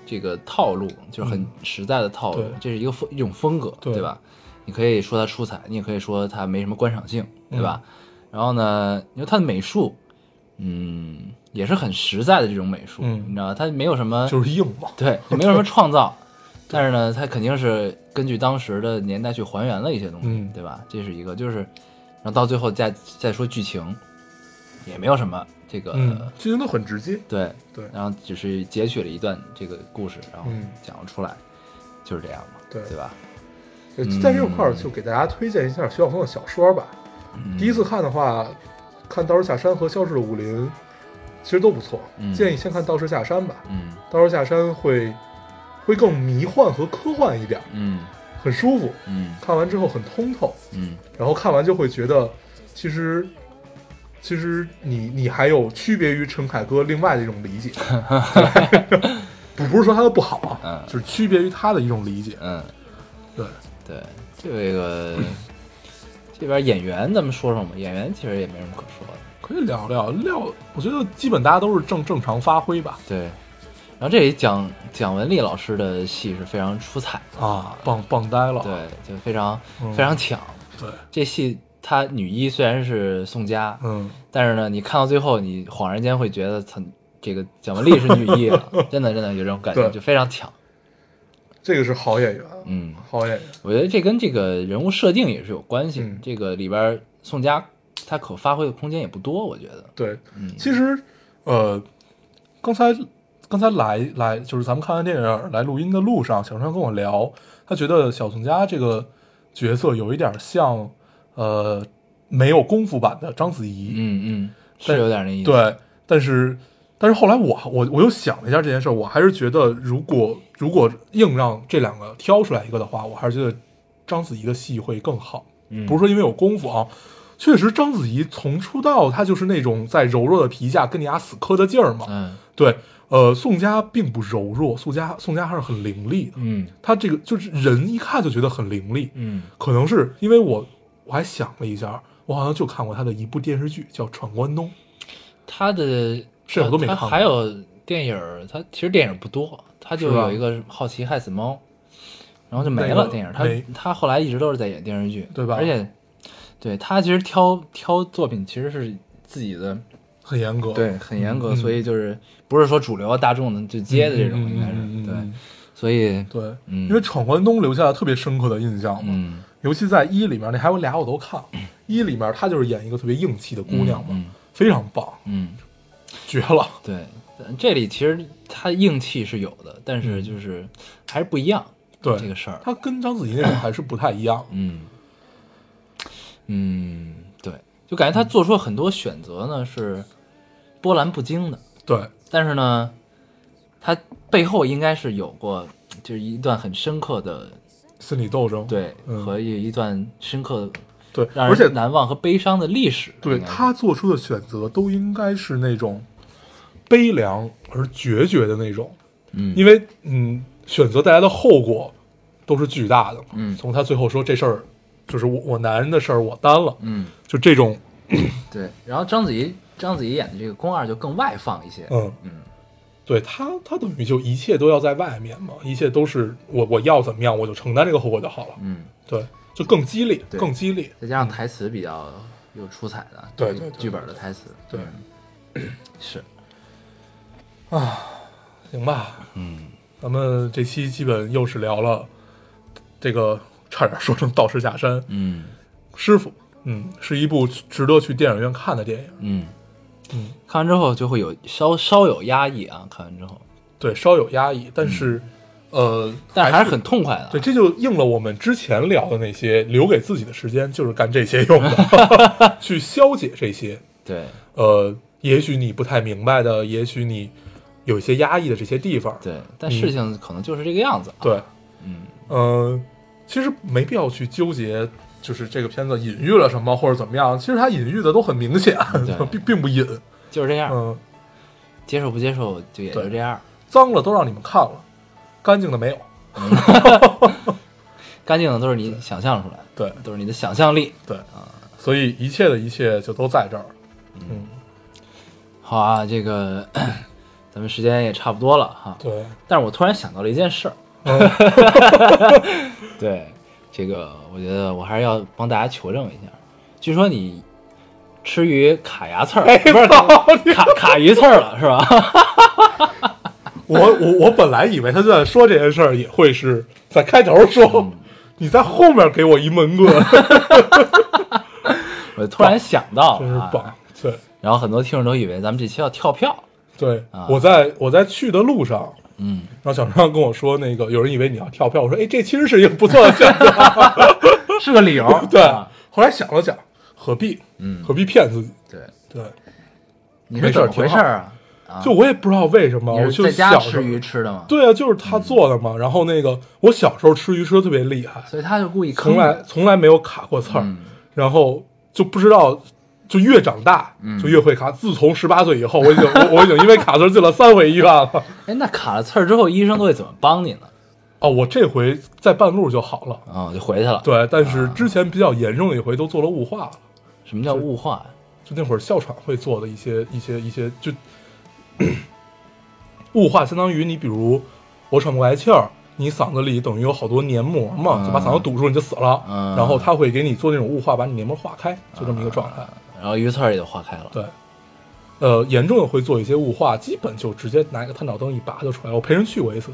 S1: 这个套路就是很实在的套路，
S2: 对
S1: 这是一个风一种风格，
S2: 对
S1: 对吧？你可以说它出彩，你也可以说它没什么观赏性，对吧？
S2: 嗯
S1: 然后呢，你说它的美术，嗯，也是很实在的这种美术，
S2: 嗯
S1: 你知道吧它没有什么
S2: 就是硬嘛，
S1: 对，也没有什么创造，但是呢，它肯定是根据当时的年代去还原了一些东西，
S2: 嗯
S1: 对吧？这是一个，就是，然后到最后再再说剧情，也没有什么这个，
S2: 嗯，剧情都很直接，
S1: 对
S2: 对
S1: 然后只是截取了一段这个故事，然后
S2: 嗯
S1: 讲了出来，就是这样嘛，
S2: 对
S1: 对吧？
S2: 呃在这块儿就给大家推荐一下徐晓峰的小说吧。
S1: 嗯
S2: 第一次看的话，看《道士下山》和《消失的武林》，其实都不错。
S1: 嗯
S2: 建议先看《道士下山》吧，
S1: 嗯
S2: 《道士下山会》会更迷幻和科幻一点，
S1: 嗯
S2: 很舒服。
S1: 嗯
S2: 看完之后很通透，
S1: 嗯
S2: 然后看完就会觉得，其实，其实你你还有区别于陈凯歌另外的一种理 解，不不是说他的不好啊
S1: 嗯，
S2: 就是区别于他的一种理解。
S1: 嗯，
S2: 对，
S1: 对，这个 这边演员咱们说说嘛，演员其实也没什么可说的。
S2: 可以聊聊聊，我觉得基本大家都是正正常发挥吧。
S1: 对，然后这里蒋蒋雯丽老师的戏是非常出彩的，
S2: 啊，棒棒呆了，
S1: 对，就非常、
S2: 嗯
S1: 非常抢。
S2: 对，
S1: 这戏她女一虽然是宋佳，
S2: 嗯，
S1: 但是呢，你看到最后，你恍然间会觉得她这个蒋雯丽是女一 了，真的真的有这种感觉，
S2: 对
S1: 就非常抢。
S2: 这个是好演员，
S1: 嗯，
S2: 好演员，
S1: 我觉得这跟这个人物设定也是有关系。
S2: 嗯
S1: 这个里边宋佳她可发挥的空间也不多，我觉得。
S2: 对，
S1: 嗯
S2: 其实，呃，刚才刚才来来就是咱们看完电影来录音的路上，小川跟我聊，他觉得小宋佳这个角色有一点像，呃，没有功夫版的章子怡，
S1: 嗯嗯，是
S2: 但
S1: 有点那意思。
S2: 对，但是但是后来我我我又想了一下这件事儿，我还是觉得如果如果硬让这两个挑出来一个的话，我还是觉得章子怡的戏会更好。
S1: 嗯
S2: 不是说因为有功夫啊，确实章子怡从出道她就是那种在柔弱的皮下跟你俩死磕的劲儿嘛。
S1: 嗯
S2: 对，呃，宋佳并不柔弱，宋佳宋佳还是很凌厉的。
S1: 嗯
S2: 她这个就是人一看就觉得很凌厉，
S1: 嗯
S2: 可能是因为我我还想了一下，我好像就看过她的一部电视剧叫《闯关东》。
S1: 他的
S2: 这我都没
S1: 他
S2: 看过
S1: 还有电影儿，他其实电影儿不多，他就是
S2: 吧
S1: 有一个《好奇害死猫》，然后就没
S2: 那
S1: 了
S2: 个
S1: 电影儿。
S2: 没
S1: 他他后来一直都是在演电视剧，
S2: 对吧
S1: 而且，对他其实挑挑作品其实是自己的，
S2: 很严格，
S1: 对，很严格，
S2: 嗯
S1: 所以就是不是说主流大众的就接的这种，
S2: 嗯嗯
S1: 应该
S2: 嗯嗯
S1: 是对
S2: 嗯，
S1: 所以
S2: 对，
S1: 嗯
S2: 因为闯关东留下了特别深刻的印象嘛，
S1: 嗯，
S2: 尤其在一里面，那还有俩我都看，一里面她就是演一个特别硬气的姑娘嘛，
S1: 嗯嗯
S2: 非常棒，
S1: 嗯，
S2: 绝了，
S1: 对，但这里其实他硬气是有的，但是就是还是不一样，
S2: 嗯对
S1: 这个事儿，
S2: 她跟章子怡那种还是不太一样，
S1: 嗯，嗯，对，就感觉他做出了很多选择呢是波澜不惊的，
S2: 对，
S1: 但是呢，他背后应该是有过就是一段很深刻的
S2: 心理斗争，
S1: 对、
S2: 嗯
S1: 和一一段深刻
S2: 对，
S1: 让
S2: 而且
S1: 人难忘和悲伤的历史。
S2: 对
S1: 应该是
S2: 她做出的选择都应该是那种悲凉而决绝的那种，
S1: 嗯
S2: 因为嗯，选择带来的后果都是巨大的嘛，
S1: 嗯
S2: 从她最后说这事儿就是我我男人的事儿我担了，
S1: 嗯
S2: 就这种。
S1: 对，然后章子怡章子怡演的这个宫二就更外放一些。
S2: 嗯
S1: 嗯，
S2: 对他，他等于就一切都要在外面嘛，一切都是我我要怎么样，我就承担这个后果就好了。
S1: 嗯，
S2: 对，就更激烈，
S1: 对
S2: 更激烈。
S1: 再加上台词比较有出彩的，
S2: 对对对
S1: 剧本的台词，
S2: 对
S1: 嗯是。
S2: 行吧，
S1: 嗯，
S2: 咱们这期基本又是聊了这个，差点说成道士下山
S1: 嗯
S2: 师傅。嗯，是一部值得去电影院看的电影。
S1: 嗯
S2: 嗯，
S1: 看完之后就会有稍稍有压抑啊，看完之后，
S2: 对，稍有压抑，但是，呃，
S1: 嗯但是还是
S2: 是
S1: 很痛快的啊。
S2: 对，这就应了我们之前聊的那些，留给自己的时间就是干这些用的， 去消解这些。
S1: 对
S2: 呃，也许你不太明白的，也许你有一些压抑的这些地方，
S1: 对，但事情可能就是这个样子啊。
S2: 嗯对，
S1: 嗯，
S2: 呃，其实没必要去纠结，就是这个片子隐喻了什么或者怎么样，其实它隐喻的都很明显，
S1: 对
S2: 并并不隐，
S1: 就是这样，
S2: 嗯、
S1: 接受不接受就也就
S2: 对
S1: 这样，
S2: 脏了都让你们看了，干净的没有，
S1: 干净的都是你想象出来的，
S2: 对
S1: 都是你的想象力。
S2: 对，所以一切的一切就都在这儿。嗯，
S1: 好啊，这个 咱们时间也差不多了哈。
S2: 对，
S1: 但是我突然想到了一件事儿，
S2: 嗯
S1: 对，这个我觉得我还是要帮大家求证一下。据说你吃鱼卡牙刺儿，
S2: 哎
S1: 不是卡卡鱼刺儿了是吧？
S2: 我我我本来以为他就在说这件事儿，也会是在开头说，
S1: 嗯
S2: 你在后面给我一 闷棍，
S1: 我突然想到
S2: 真是
S1: 了、啊
S2: 棒，。对
S1: 然后很多听众都以为咱们这期要跳票，
S2: 对
S1: 啊，
S2: 我在我在去的路上，
S1: 嗯，
S2: 然后小张跟我说，那个有人以为你要跳票，我说哎，这其实是一个不错的选 择。
S1: 是个理由
S2: 对
S1: 啊，
S2: 后来想了想，何必，
S1: 嗯
S2: 何必骗自己？
S1: 对，
S2: 对，
S1: 你是怎么
S2: 没事儿
S1: 回事儿啊？啊
S2: 就我也不知道为什么，
S1: 你
S2: 我
S1: 是
S2: 就
S1: 在家
S2: 小时
S1: 吃
S2: 候
S1: 鱼，嗯吃的吗？，
S2: 对啊，就是他做的嘛。然后那个我小时候吃鱼吃的特别厉害，
S1: 所以他就故意坑
S2: 从
S1: 你
S2: 来从来没有卡过刺儿，
S1: 嗯
S2: 然后就不知道，就越长大、
S1: 嗯
S2: 就越会卡。自从十八岁以后，我已经我我已经因为卡刺儿进了三回医院了。
S1: 哎，那卡了刺儿之后，医生都会怎么帮你呢？
S2: 哦，我这回在半路就好了。
S1: 啊、就回去了。，
S2: 对，但是之前比较严重的一回都做了雾化了，
S1: 什么叫雾化？
S2: 就那会儿哮喘会做的一些一些一些就 雾化，相当于你比如我喘不过来气儿，你嗓子里等于有好多黏膜嘛，就把嗓子堵住，你就死了。
S1: 嗯
S2: 然后他会给你做那种雾化，把你黏膜化开，就这么一个状态。
S1: 然后鱼刺儿也就化开了。
S2: 对，呃，严重的会做一些雾化，基本就直接拿一个探照灯一拔就出来了。我陪人去过一次，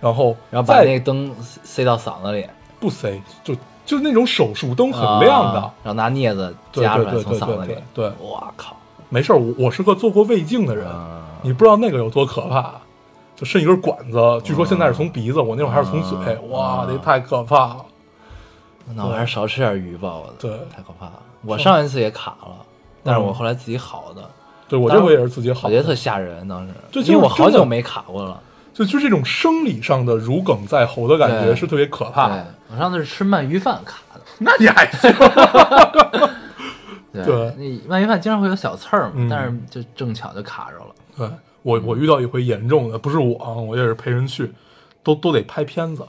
S2: 然后
S1: 然后把
S2: 再
S1: 那个灯塞塞到嗓子里，
S2: 不塞，就就那种手术灯很亮的。
S1: 啊然后拿镊子
S2: 对
S1: 夹出
S2: 对
S1: 来
S2: 对
S1: 从
S2: 对
S1: 嗓子
S2: 对
S1: 里
S2: 对。对，
S1: 我靠！
S2: 没事儿，我我是个做过胃镜的人，
S1: 啊
S2: 你不知道那个有多可怕，就伸一根管子，据说现在是从鼻子，我那会儿还是从嘴，
S1: 嗯
S2: 哇，那太可怕了。
S1: 那我还是少吃点鱼吧，我
S2: 对嗯
S1: 太可怕了。我上一次也卡了，但是我后来自己好的，
S2: 对我
S1: 当
S2: 这
S1: 然
S2: 回也是自己好
S1: 我觉，得特吓人。当时，
S2: 对就是
S1: 因为我好
S2: 真
S1: 久
S2: 的
S1: 没卡过了。
S2: 就就这种生理上的如鲠在喉的感
S1: 对
S2: 觉是特别可怕
S1: 对
S2: 的。，
S1: 我上次是吃鳗鱼饭卡的。
S2: 那你还行，
S1: 对，
S2: 对
S1: 那鳗鱼饭经常会有小刺儿嘛，
S2: 嗯
S1: 但是就正巧就卡着了。
S2: 对我我遇到一回严重的，不是我啊，我也是陪人去，都都得拍片子。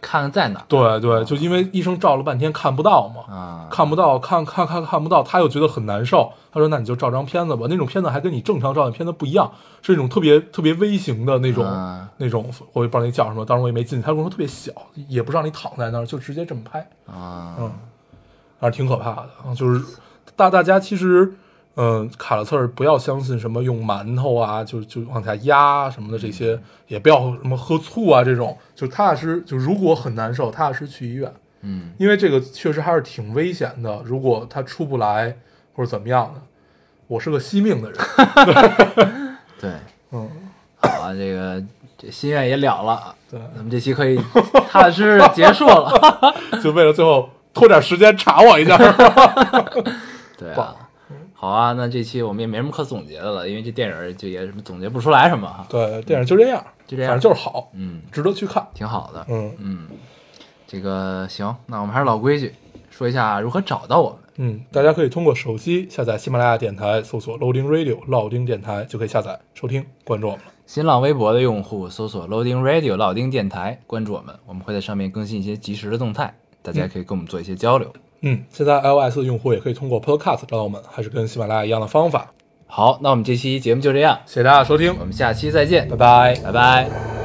S1: 看看在哪儿
S2: 对对，就因为医生照了半天看不到嘛，
S1: 啊？
S2: 看不到，看看看看不到，他又觉得很难受。他说：“那你就照张片子吧，那种片子还跟你正常照的片子不一样，是那种特别特别微型的那种、
S1: 啊
S2: 那种，我也不知道那叫什么，当时我也没进去。他跟我说特别小，也不让你躺在那儿，就直接这么拍。”
S1: 啊，
S2: 嗯，还是挺可怕的。啊就是大大家其实，嗯、卡了刺儿不要相信什么用馒头啊，就就往下压啊什么的这些，也不要什么喝醋啊这种，就踏踏实实就如果很难受，踏踏实实去医院，
S1: 嗯，
S2: 因为这个确实还是挺危险的。如果他出不来或者怎么样的，我是个惜 命的人。
S1: 对，
S2: 嗯，
S1: 好啊，这个这心愿也了了，
S2: 对
S1: 咱们这期可以踏踏实实地结束 了。
S2: 就为了最后拖点时间查我一下。
S1: 对
S2: 棒
S1: 啊，好啊，那这期我们也没什么可总结的了，因为这电影儿就也总结不出来什么哈。
S2: 对，电影就这样，
S1: 就这样
S2: 反正就是好，
S1: 嗯，
S2: 值得去看。
S1: 挺好的。
S2: 嗯
S1: 嗯，这个行，那我们还是老规矩，说一下如何找到我们。
S2: 嗯，大家可以通过手机下载喜马拉雅电台，搜索 Loading Radio 老丁电台就可以下载收听，关注我们了。
S1: 新浪微博的用户搜索 Loading Radio 老丁电台，关注我们，我们会在上面更新一些及时的动态，大家也可以跟我们做一些交流。
S2: 嗯，现在 iOS 的用户也可以通过 Podcast 找到我们，还是跟喜马拉雅一样的方法。
S1: 好，那我们这期节目就这样，
S2: 谢谢大家收听，
S1: 我们下期再见，
S2: 拜拜。
S1: 拜拜